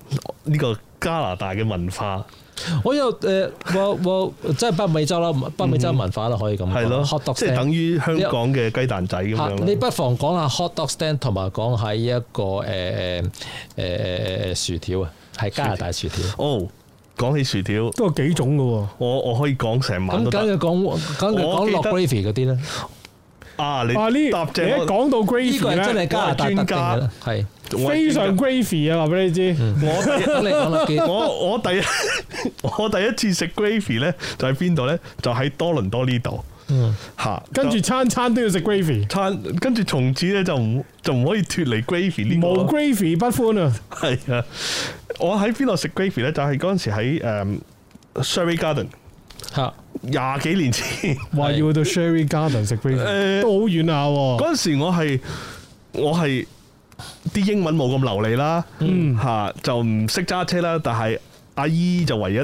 S5: 呢、個加拿大嘅文化
S4: 我有誒我 我即係北美洲啦，北美洲文化啦，可以咁
S5: 嗯係咯
S4: 講。hot dog，
S5: 即係
S4: stand
S5: 等於香港嘅雞蛋仔咁
S4: 哦嚇
S5: 樣啦
S4: 你不妨講下 hot dog stand 同埋講喺一個誒誒誒誒誒薯條啊，係加拿大薯條。
S5: 哦，講起薯條，
S1: 都有幾種嘅喎。
S5: 我我可以講成晚
S4: 咁
S5: 都
S4: 梗
S5: 得
S4: 係講梗係
S5: 我
S4: 講
S5: 記得
S4: 落 gravy 嗰啲咧，
S5: 啊！你
S1: 啊呢，你一
S5: 答正我
S1: 講到
S4: 呢
S1: gravy
S4: 個係真係
S1: 咧，
S4: 加拿大特定嘅啦， 係。
S5: 我
S1: 非常 gravy 啊！話俾你知，
S5: 我
S4: 咁你講啦，記
S5: 我我第一 我第一次食 gravy 咧，就喺邊度咧？就喺多倫多呢度
S4: 嗯。
S5: 嚇，
S1: 跟住
S5: 就
S1: 餐餐都要食 gravy，
S5: 餐，跟住從此咧就唔就唔可以脱離 gravy 呢個
S1: 無
S5: 咯
S1: gravy 不歡啊！
S5: 係啊，我喺邊度食 gravy 咧？就係嗰陣時喺誒 Sherry Garden
S4: 嚇。
S5: 廿幾年前，
S1: 話要去到 Sherry Garden 食 gravy
S5: 誒
S1: 都好遠啊
S2: 哦
S1: 喎！
S5: 嗰陣時我係我係啲英文冇咁流利啦，嚇、
S1: 嗯
S5: 就唔識揸車啦。但係阿姨就唯一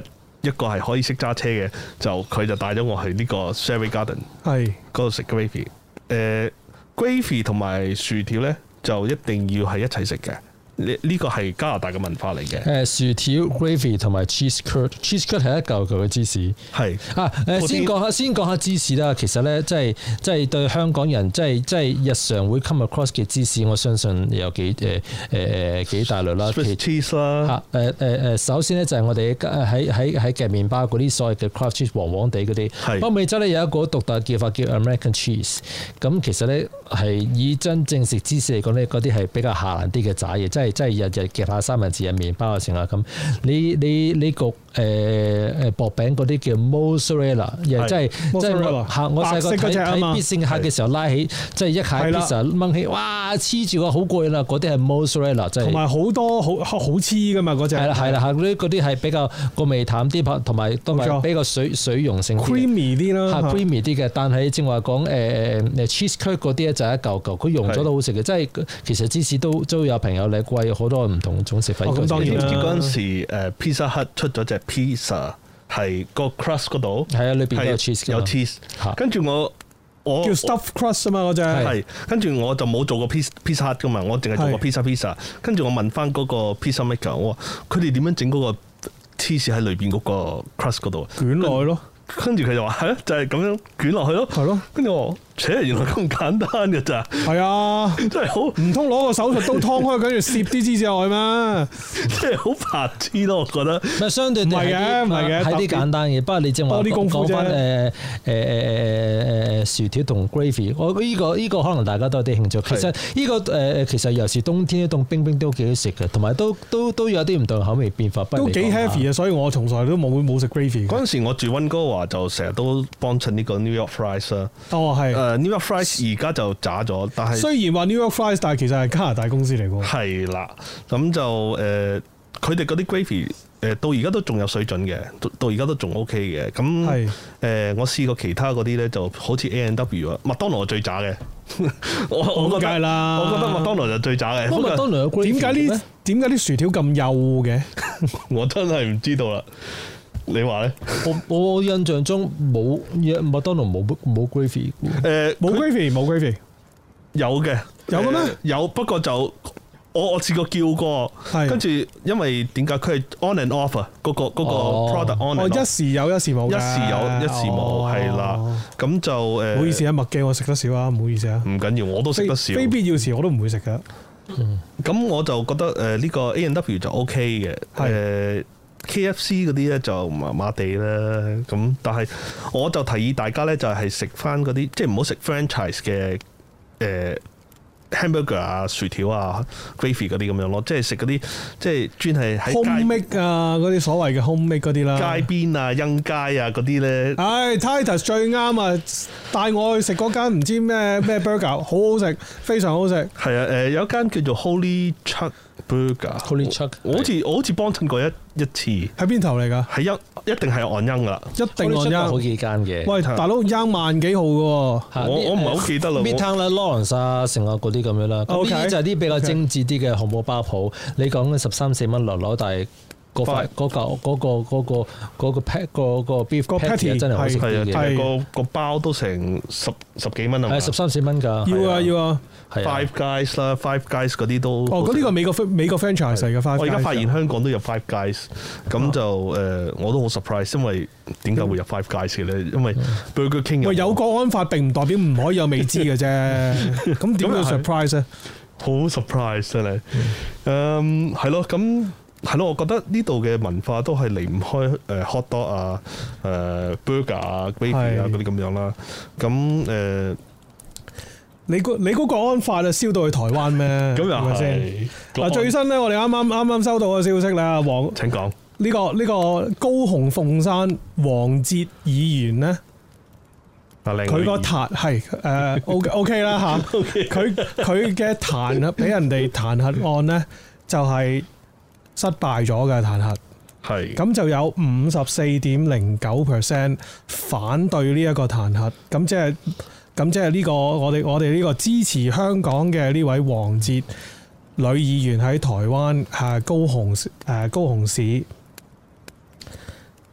S5: 一個係可以識揸車嘅，就佢就帶咗我去呢個 Sherry Garden
S1: 係
S5: 嗰度食 gravy。誒、gravy 同埋薯條咧，就一定要係一齊食嘅。呢呢個係加拿大嘅文化嚟嘅，
S4: 誒薯條 gravy 同埋 cheese curd，cheese curd 係一嚿嚿嘅芝士。
S5: 係
S4: 啊
S5: 嗰啲
S4: 誒，先講下先講下芝士啦。其實咧，即係即係對香港人，即係即係日常會 come across 嘅芝士，我相信有幾誒誒誒幾大類啦。
S5: Swiss
S4: 其
S5: cheese 啦，
S4: 嚇誒誒誒，呃首先咧就係我哋喺喺喺嘅麵包嗰啲所謂嘅 craft cheese 黃黃地嗰
S5: 係
S4: 啲，北美洲咧有一個獨特嘅叫法叫 American cheese。咁其實咧係以真正食芝士嚟講咧，嗰啲係比較下欄啲嘅渣嘢，即係即係日日夾下三文治啊、麵包啊成啊咁。你你你焗誒誒呃薄餅嗰啲叫 mozzarella，又
S5: 係
S4: 即係即係我
S1: mozzarella，
S4: 嚇我細個
S1: 白色嗰
S4: 睇
S1: 隻啊嘛
S4: 睇必勝客嘅時候拉起，即係一下
S1: 係啦
S4: pizza 掹起，哇黐住個好攰啦！嗰啲係 mozzarella，即係
S1: 同。埋好多好好黐噶嘛嗰只，
S4: 係啦係啦，係嗰啲嗰啲係比較個味淡啲，同埋同
S1: 冇錯
S4: 埋比較水水溶性啲嘅。
S1: creamy 啊啲啦
S4: 嚇
S1: 嚇
S4: creamy 啲嘅，但係正話講誒誒誒 cheese curd 嗰啲咧就係一嚿嚿，佢溶咗都好食嘅，即係其實芝士都都有朋友你貴好多唔同種食法。
S1: 哦咁當
S5: 你
S1: 然
S5: 知唔知
S1: 啦
S5: 嗰陣時誒 Pizza Hut 出咗隻 pizza 係個 crust 嗰度
S4: 係啊，裏邊都有
S5: 係
S4: cheese 㗎嘛
S5: 有 cheese，
S4: 嚇
S5: 跟住我我
S1: 叫 stuff crust 啊嘛嗰只，
S5: 係跟住我就冇做過 pizza pizza hut 噶嘛，我淨係做過
S1: 係
S5: pizza pizza。跟住我問翻嗰個 pizza maker，我話佢哋點樣整嗰個芝士喺裏邊嗰個 crust 嗰度？
S1: 捲落去咯，
S5: 跟住佢就話係啊，就係咁樣捲落去咯。
S1: 係咯，
S5: 跟住我話，切原來咁簡單嘅咋，
S1: 係啊。
S5: 真係好
S4: 嗯
S1: 唔通攞個手術刀劏開，跟住攝啲芝士落去咩？
S5: 真係好白痴咯，我覺得。
S4: 唔係相對
S1: 唔
S4: 地
S1: 係嘅
S4: 係啲
S1: 唔係嘅
S4: 係啲
S1: 特別
S4: 簡單嘅。不過你正話
S1: 多啲功夫
S4: 講呃
S1: 啫
S4: 翻誒誒誒誒誒呃薯條同 gravy，我呢個呢個可能大家都有啲興趣。其實呢個誒誒其實有時冬天凍冰冰都幾好食嘅，同埋都都都有啲唔同口味變化。不如
S1: 都
S4: 你
S1: 幾
S4: 講下
S1: heavy 啊，所以我從來都冇冇食 gravy 嘅。
S5: 嗰陣時我住温哥華就成日都幫襯呢個 New York Fries 啦。
S1: 哦，係。
S5: 誒 New York Fries 而家就渣咗，但係
S1: 雖然話 New York Fries，但係其實係加拿大公司嚟嘅。
S5: 係啦，咁就誒佢哋嗰啲 gravy 誒、到而家都仲有水準嘅，到到而家都仲 OK 嘅。咁誒
S1: 係、
S5: 我試過其他嗰啲咧，就好似 A N W 啊，麥當勞係最渣嘅。 我我
S1: 咁
S5: 覺
S1: 梗係
S5: 得
S1: 啦。
S5: 我覺得麥當勞就最渣嘅。
S4: 不過麥當勞有 gravy
S1: 點解
S4: 嘅咩
S1: 呢？點解啲薯條咁幼嘅？
S5: 我真係唔知道啦。你話咧？
S4: 我我印象中冇麥當勞冇冇 gravy 嘅喎
S5: 誒
S1: 冇 gravy 冇 gravy，
S5: 有嘅，
S1: 有嘅咩
S5: 誒有，不過就我我試過叫過，
S1: 係
S5: 跟住因為點解佢係 on and off 啊？嗰個嗰個
S4: 哦
S5: product on
S1: 我
S5: and
S1: 一
S5: off，
S1: 時有一時冇
S5: 一
S1: 㗎，
S5: 時有一時冇，係
S1: 哦
S5: 啦。咁就誒，
S1: 唔好意思
S5: 啊，
S1: 啊，麥記我食得少啊，唔好意思啊。
S5: 唔緊要，我都食得
S1: 非
S5: 少。
S1: 非必要時我都唔會食㗎。
S5: 咁我就覺得誒呃呢個 A N W 就 O K 嘅，誒 K F C 嗰啲咧就麻麻地啦。咁但係我就提議大家咧就係食翻嗰啲，即係唔好食 franchise 嘅誒、呃 hamburger 啊、薯條啊、gravy 嗰啲咁樣咯，即係食嗰啲即係專係喺街
S1: homemade 啊，嗰啲所謂嘅 homemade 嗰啲啦。
S5: 街邊啊、恩街啊嗰啲咧。
S1: 唉，Titus 最啱啊！帶我去食嗰間唔知咩咩 burger，好好食，非常好食。
S5: 係啊，誒、有一間叫做 Holy Chuck Burger。
S4: Holy Chuck，
S5: 我好似我好似幫襯過一一次，
S1: 喺邊頭嚟㗎？
S5: 係一一定係岸恩噶啦。
S1: 一定按
S4: 好
S1: 央。
S4: 幾間嘅。
S1: 喂，大佬央萬幾號嘅
S4: 嚇
S5: 我我唔哦係啊好記得啦
S4: m i d t o w n 啦、Lawrence 啊、成啊嗰啲咁樣啦，咁
S1: OK
S4: 呢啲就係啲比較精緻啲嘅漢堡包鋪。你講嘅十三四蚊落樓，但係嗰塊嗰嚿嗰個嗰個嗰個 pat 個個 beef
S1: 個
S4: patty 啊
S1: patty，
S4: 真係好食
S5: 係啊，
S4: 啲
S5: 但
S4: 嘅，
S5: 係個個包都成十十幾蚊啊嘛
S4: 係十三四蚊
S1: 喎，
S4: 㗎，
S1: 要啊
S5: 係啊
S1: 要啊。
S4: 係啊
S5: ，Five Guys 啦，Five Guys 嗰啲都
S1: 哦，咁呢個美國 fr- 美國 franchise 嚟嘅
S5: 我
S1: Five
S5: 而家
S1: Guys 啊
S5: 發現香港都入 Five Guys，咁就誒我都好 surprise，因為點解會入 Five Guys 嘅咧？因為 Burger King
S1: 嗯喂，有
S5: 個
S1: 國安法並唔代表唔可以有未知嘅 啫。咁點
S5: 咁
S1: 叫
S5: 又係
S1: surprise 啊？
S5: 好 surprise 真係，
S1: 嗯
S5: 誒係咯，咁係咯，我覺得呢度嘅文化都係離唔開誒 hot dog 啊、誒 burger 啊、gravy 啊
S1: 係
S5: 嗰啲咁樣啦，咁呃誒
S1: 你估你估國安法啊燒到去台灣咩？
S5: 咁又
S1: 係咪先？
S5: 係
S1: 嗱，最新咧，我哋啱啱啱啱收到個消息啦，黃
S5: 請講
S1: 呢、個呢、個高雄鳳山黃哲議員咧，
S5: 阿靚
S1: 佢個
S5: 女
S1: 彈係誒 O O K 啦嚇，佢佢嘅彈劾俾人哋彈劾案咧就係、失敗咗嘅彈劾，
S5: 係
S1: 咁就有五十四點零九 percent 反對呢一個彈劾，咁即係咁即係呢個我哋我哋呢個支持香港嘅呢位黃哲女議員喺台灣啊高雄誒、啊高雄市誒、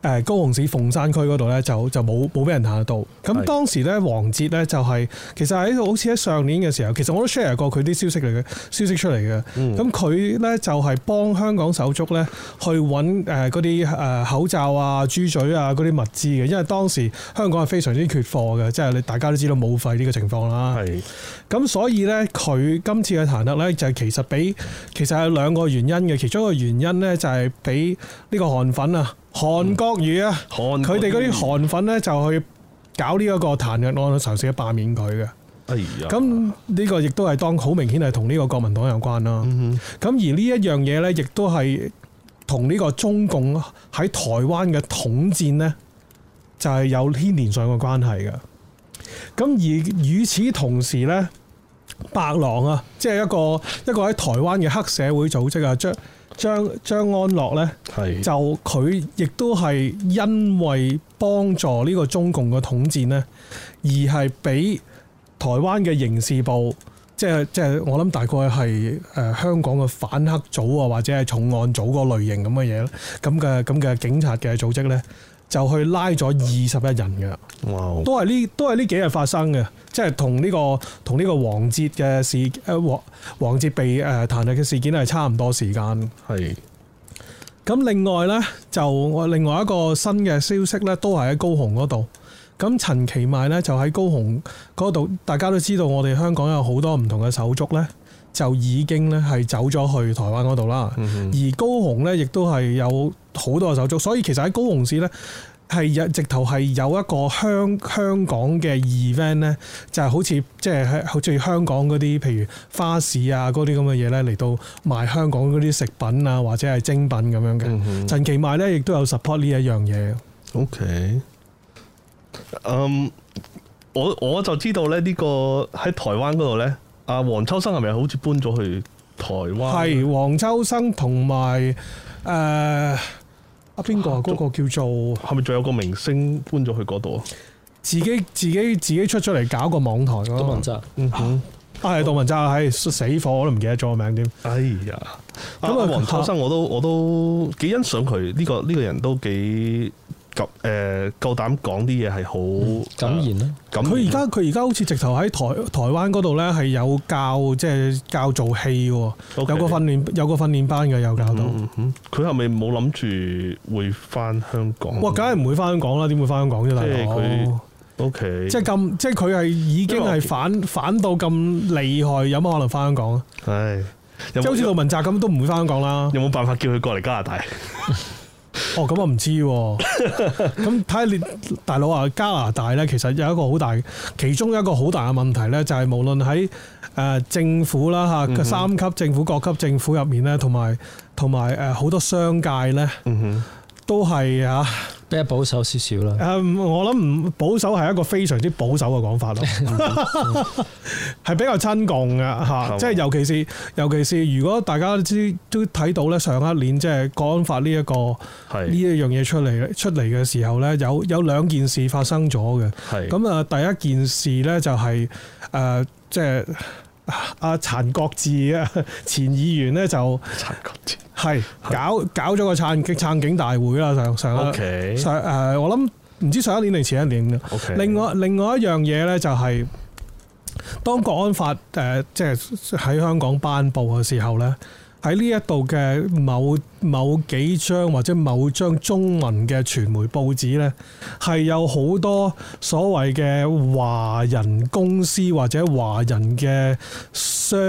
S1: 啊高雄市鳳山區嗰度咧就就冇冇俾人彈得到。咁
S5: 係
S1: 當時咧黃哲咧就係、其實喺好似喺上年嘅時候，其實我都 share 過佢啲消息嚟嘅消息出嚟嘅。咁佢咧就係、幫香港手足咧去揾誒嗰啲誒口罩啊、豬嘴啊嗰啲物資嘅，因為當時香港係非常之缺貨嘅，即係你大家都知道冇費呢個情況啦。
S5: 係。
S1: 咁所以呢，佢今次嘅彈劾呢，就係其實俾其實有兩個原因嘅，其中一個原因呢，就係俾呢個韓粉啊、韓國瑜啊，
S5: 韓
S1: 佢哋嗰啲韓粉呢，就去搞呢一個彈劾案去嘗試去罷免佢嘅。
S5: 哎呀，
S1: 咁呢個亦都係當好明顯係同呢個國民黨有關啦。咁而呢一樣嘢呢，亦都係同呢個中共喺台灣嘅統戰呢，就係、有牽連上嘅關係嘅。咁而與此同時呢，白狼啊，即係一個一個喺台灣嘅黑社會組織啊，張張張安樂呢。
S5: 係
S1: 就佢亦都係因為幫助呢個中共嘅統戰呢，而係俾台灣嘅刑事部，即係即係我諗大概係誒、呃香港嘅反黑組啊，或者係重案組嗰類型咁嘅嘢啦咁嘅咁嘅警察嘅組織呢，就去拉咗二十一人嘅。
S5: 哇，
S1: 都係呢都係呢幾日發生嘅，即係同呢個同呢個黃哲嘅事誒黃黃哲被誒彈劾嘅事件係差唔多時間。
S5: 係
S1: 咁另外呢，就我另外一個新嘅消息呢，都係喺高雄嗰度。咁陳其邁呢，就喺高雄嗰度，大家都知道我哋香港有好多唔同嘅手足呢，就已經呢係走咗去台灣嗰度啦。而高雄呢，亦都係有好多嘅手足，所以其實喺高雄市呢，係有直頭係有一個香香港嘅 event 呢，就係、好似即係好似香港嗰啲譬如花市啊嗰啲咁嘅嘢呢，嚟到賣香港嗰啲食品啊或者係精品咁樣嘅。陳其邁呢，亦都有 support 呢一樣嘢。
S5: OK，嗯，我我就知道咧，呢個喺台灣嗰度咧，阿黃秋生係咪好似搬咗去台灣？
S1: 係黃秋生同埋誒啊邊個啊？嗰、個叫做
S5: 係咪仲有個明星搬咗去嗰度啊？
S1: 自己自己自己出咗嚟搞個網台嗰
S4: 杜
S1: 個
S4: 汶澤
S5: 嗯哼，
S1: 啊，係杜汶澤，係死火，我都唔記得咗個名添。
S5: 哎呀，咁
S1: 咁啊
S5: 啊，黃秋生我都我都幾欣賞佢呢個呢個人都幾夠誒夠膽講啲嘢係好啊
S4: 感嗯言啦，
S5: 咁
S1: 佢而家佢而家好似直頭喺台台灣嗰度咧係有教即係教做戲喎，有個訓練有個訓練班嘅有教到。
S5: 嗯嗯佢係咪冇諗住會翻香港？
S1: 哇，梗係唔會翻香港啦，點會翻香港啫，大
S5: 即係佢
S1: 佬？
S5: O K，
S1: 即係咁，即係佢係已經係反反到咁厲害，有乜可能翻香港啊？
S5: 唉，有
S1: 即係好
S5: 冇
S1: 似杜
S5: 有
S1: 汶澤咁，都唔會翻香港啦。
S5: 有冇辦法叫佢過嚟加拿大？
S1: 哦，咁我唔知 喎。咁睇下你大佬啊，加拿大咧，其實有一個好大，其中一個好大嘅問題咧，就係、無論喺誒、呃政府啦嚇，
S5: 嗯哼
S1: 三級政府、各級政府入面咧，同埋同埋誒好多商界咧，
S5: 嗯
S1: 都係啊
S4: 比較保守少少啦。
S1: 誒，呃我諗唔保守係一個非常之保守嘅講 法咯，係比較親共嘅嚇，
S5: 嘛
S1: 即係尤其是尤其是如果大家都知都睇到咧，上一年即係國安法呢、一個。
S5: 哼，係
S1: 呢一樣嘢出嚟出嚟嘅時候呢，有有兩件事發生咗嘅。
S5: 係
S1: 咁啊，第一件事呢，就係、呃即係阿陳國志啊， 前議員呢，就
S5: 察覺知
S1: 係搞搞咗個撐警撐警大會啦，上上
S5: O
S1: 一
S5: K
S1: 上誒，我諗唔知上一年定前一年啦
S5: O K，
S1: 另外另外一樣嘢呢，就係、當國安法誒、呃即係喺香港頒布嘅時候呢，喺呢一度嘅某某幾張或者某張中文嘅傳媒報紙呢，係有好多所謂嘅華人公司或者華人嘅商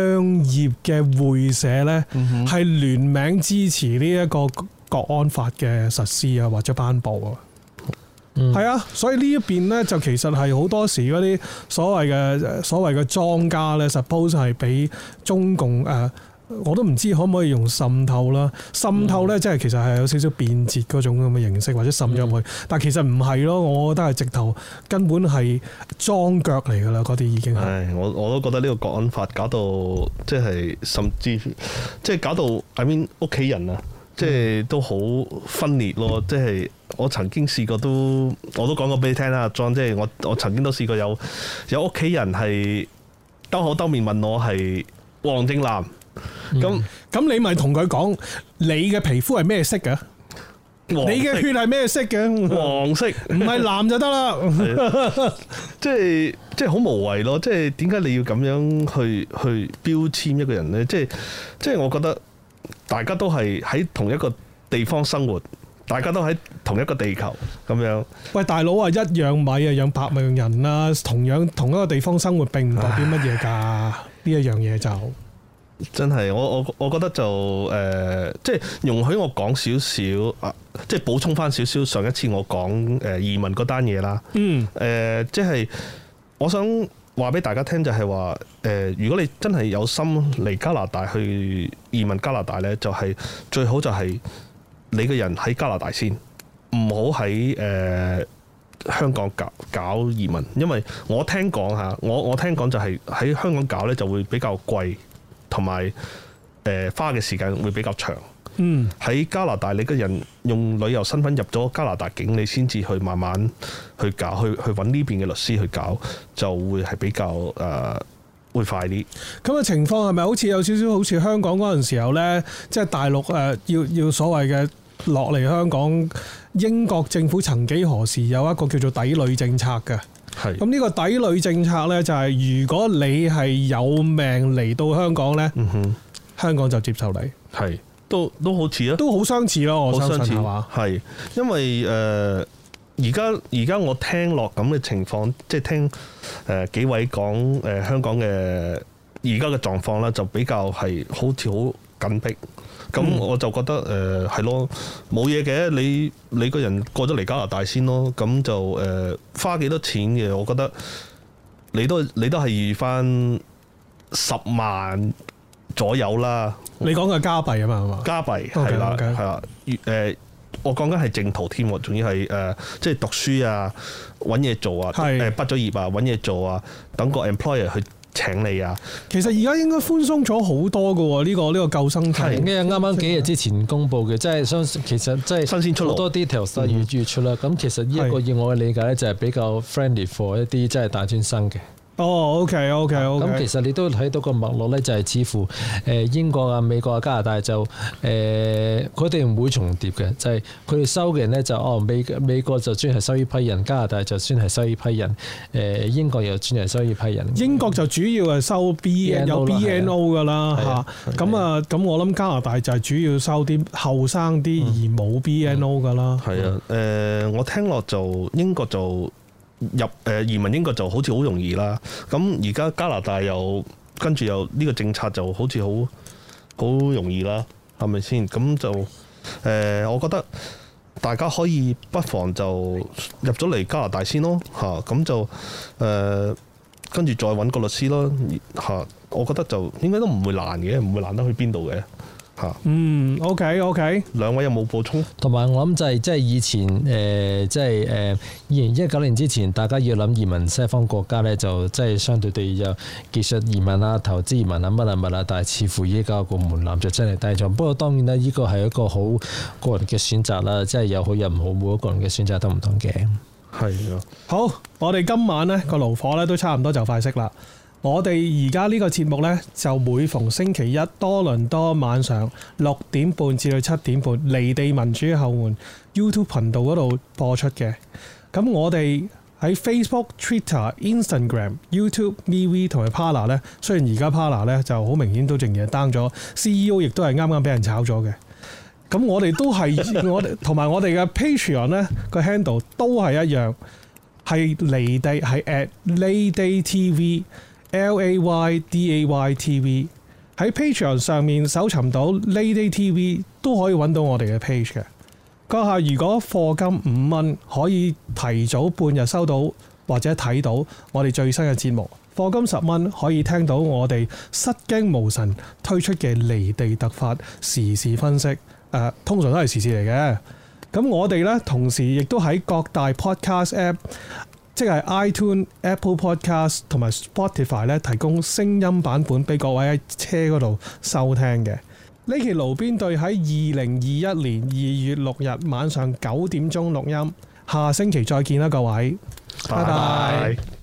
S1: 業嘅會社呢，係、聯名支持呢一個國安法嘅實施啊，或者頒布啊。
S4: 嗯
S1: 係啊，所以呢一邊呢，就其實係好多時嗰啲所謂嘅所謂嘅莊家呢 suppose 係俾中共誒、呃我都唔知可唔可以用滲透啦。滲透呢，即係其實係有少少變節嗰種咁嘅形式，或者滲咗入去，但其實唔係咯。我覺得係直頭根本係裝腳嚟㗎啦，嗰啲已經係。
S5: 唉，我我都覺得呢個國安法搞到即係甚至即係搞到 I mean 屋企人啊，即係都好分裂咯。即係我曾經試過都，我都講過俾你聽啦阿，John，即係我我曾經都試過有有屋企人係兜口兜面問我係黃正南，咁
S1: 咁你咪同佢講，你嘅皮膚係咩色㗎？
S5: 你
S1: 嗯你嘅血啊係咩色嘅？唔
S5: 黃色。
S1: 係藍就得啦。
S5: 即係即係好無謂咯！即係點解你要咁樣去去標籤一個人呢？即係即係我覺得大家都係喺同一個地方生活，大家都喺同一個地球咁樣。
S1: 喂，大佬啊，一樣米啊，養百樣人啦、同樣同一個地方生活並唔代表乜嘢㗎，呢一樣嘢就
S5: 真係我我我覺得就誒、呃即係容許我講少少啊，即係補充翻少少上一次我講誒、呃移民嗰單嘢啦。
S1: 嗯
S5: 誒、呃即係我想話俾大家聽就係話誒，如果你真係有心嚟加拿大去移民加拿大呢，就係、最好就係你個人喺加拿大先，唔好喺誒香港搞搞移民，因為我聽講嚇，我我聽講就係喺香港搞呢就會比較貴，同埋誒花嘅時間會比較長。
S1: 嗯
S5: 喺加拿大，你個人用旅遊身份入咗加拿大境，你先至去慢慢去搞，去去揾呢邊嘅律師去搞，就會係比較誒、呃、會快啲。
S1: 咁嘅情況係咪好似有少少好似香港嗰陣時候呢？即係大陸誒、呃要要所謂嘅落嚟香港，英國政府曾幾何時有一個叫做抵壘政策嘅？
S5: 係，
S1: 咁呢個抵壘政策呢，就係、如果你係有命嚟到香港呢，
S5: 嗯哼，
S1: 香港就接受你，
S5: 係，都都好似啊，
S1: 都好相似咯，我
S5: 好
S1: 相
S5: 相似
S1: 信係嘛？
S5: 係，因為誒呃而家而家我聽落咁嘅情況，即係聽誒、呃、幾位講誒、呃香港嘅而家嘅狀況啦，就比較係好似好緊迫。
S1: 嗯
S5: 咁我就覺得誒呃係、咯，冇嘢嘅，你你個人過咗嚟加拿大先咯，咁就誒、呃花幾多錢嘅，我覺得你都你都係預翻十萬左右啦。
S1: 你講嘅加幣啊嘛係嘛？
S5: 加幣
S1: OK，
S5: 係啦，
S1: OK
S5: 係啦，越誒。我講緊係正途添喎，仲要係誒、呃即係讀書啊，揾嘢做啊，
S1: 係
S5: 誒、畢咗業啊，揾嘢做啊，等個 employer 去請你啊，
S1: 其實而家應該寬鬆咗好多嘅喎，呢、個呢、個救生
S5: 係
S1: 艇
S5: 應
S4: 咁。啱啱幾日之前公布嘅，即係相其實即係
S5: 新鮮出爐嗯
S4: 好多 details 啦，要要出啦。咁其實呢一
S1: 係
S4: 個以我嘅理解咧，就係比較 friendly for 一啲即係大專生嘅。
S1: 哦，OK OK
S4: 咁
S1: OK，
S4: 其實你都睇到個脈絡咧，就係似乎誒英國啊、美國啊、加拿大就誒，呃佢哋唔會重疊嘅，就係佢哋收嘅人咧就哦美美國就專係收呢批人，加拿大就專係收呢批人，誒英國又專係收呢批人。
S1: 英國就主要係收 B
S4: BNO
S1: 有
S4: 啦
S1: BNO 噶啦
S4: 係啊
S1: 嚇，咁啊咁我諗加拿大就係主要收啲後生啲而冇 BNO 噶啦，
S5: 係啊，誒、我聽落就英國就入誒、移民英國就好似好容易啦。咁而家加拿大又跟住又呢個政策就好似好好容易啦，係咪先？咁就誒、我覺得大家可以不妨就入咗嚟加拿大先咯，嚇、咁就誒。跟住再揾個律師咯，嚇、我覺得就應該都唔會難嘅，唔會難得去邊度嘅，嚇、
S1: 嗯，OK OK，
S5: 兩位有冇補充？
S4: 同埋我諗就係即係以前誒、呃即係誒二零一九年之前，呃大家要諗移民西方國家咧，就即係相對地有技術移民啊、投資移民啊、乜啊乜啊，但係似乎依家個門檻就真係低咗。不過當然啦，呢個係一個好個人嘅選擇啦，即係有好有唔好，每一個人嘅選擇都唔同嘅。
S5: 係啊。
S1: 好，我哋今晚呢個爐火呢都差唔多就快熄啦。我哋而家呢個節目呢，就每逢星期一多倫多晚上六點半至到七點半，離地民主後援 YouTube 頻道嗰度播出嘅。咁我哋喺 Facebook、Twitter、Instagram、YouTube、MeWe 同埋 Parler 呢，雖然而家 Parler 呢就好明顯都淨係 down 咗，CEO 亦都係啱啱俾人炒咗嘅。咁我哋都係我哋同埋我哋嘅 Patreon 呢個 handle 都係一樣。係離地係 at layday TV L A Y D A Y T V 喺 Patreon 上面搜尋到 layday TV 都可以揾到我哋嘅 page 嘅。閣下如果課金五蚊，可以提早半日收到或者睇到我哋最新嘅節目。課金十蚊可以聽到我哋失驚無神推出嘅離地特發時事分析，誒、呃通常都係時事嚟嘅。咁我哋呢，同時亦都喺各大 podcast app，即係 iTune、Apple Podcast 同埋 Spotify 呢，提供聲音版本俾各位喺車嗰度收聽嘅。呢期爐邊對喺二零二一年二月六日晚上九點鐘錄音，下星期再見啦，各位，拜拜。
S5: 拜拜。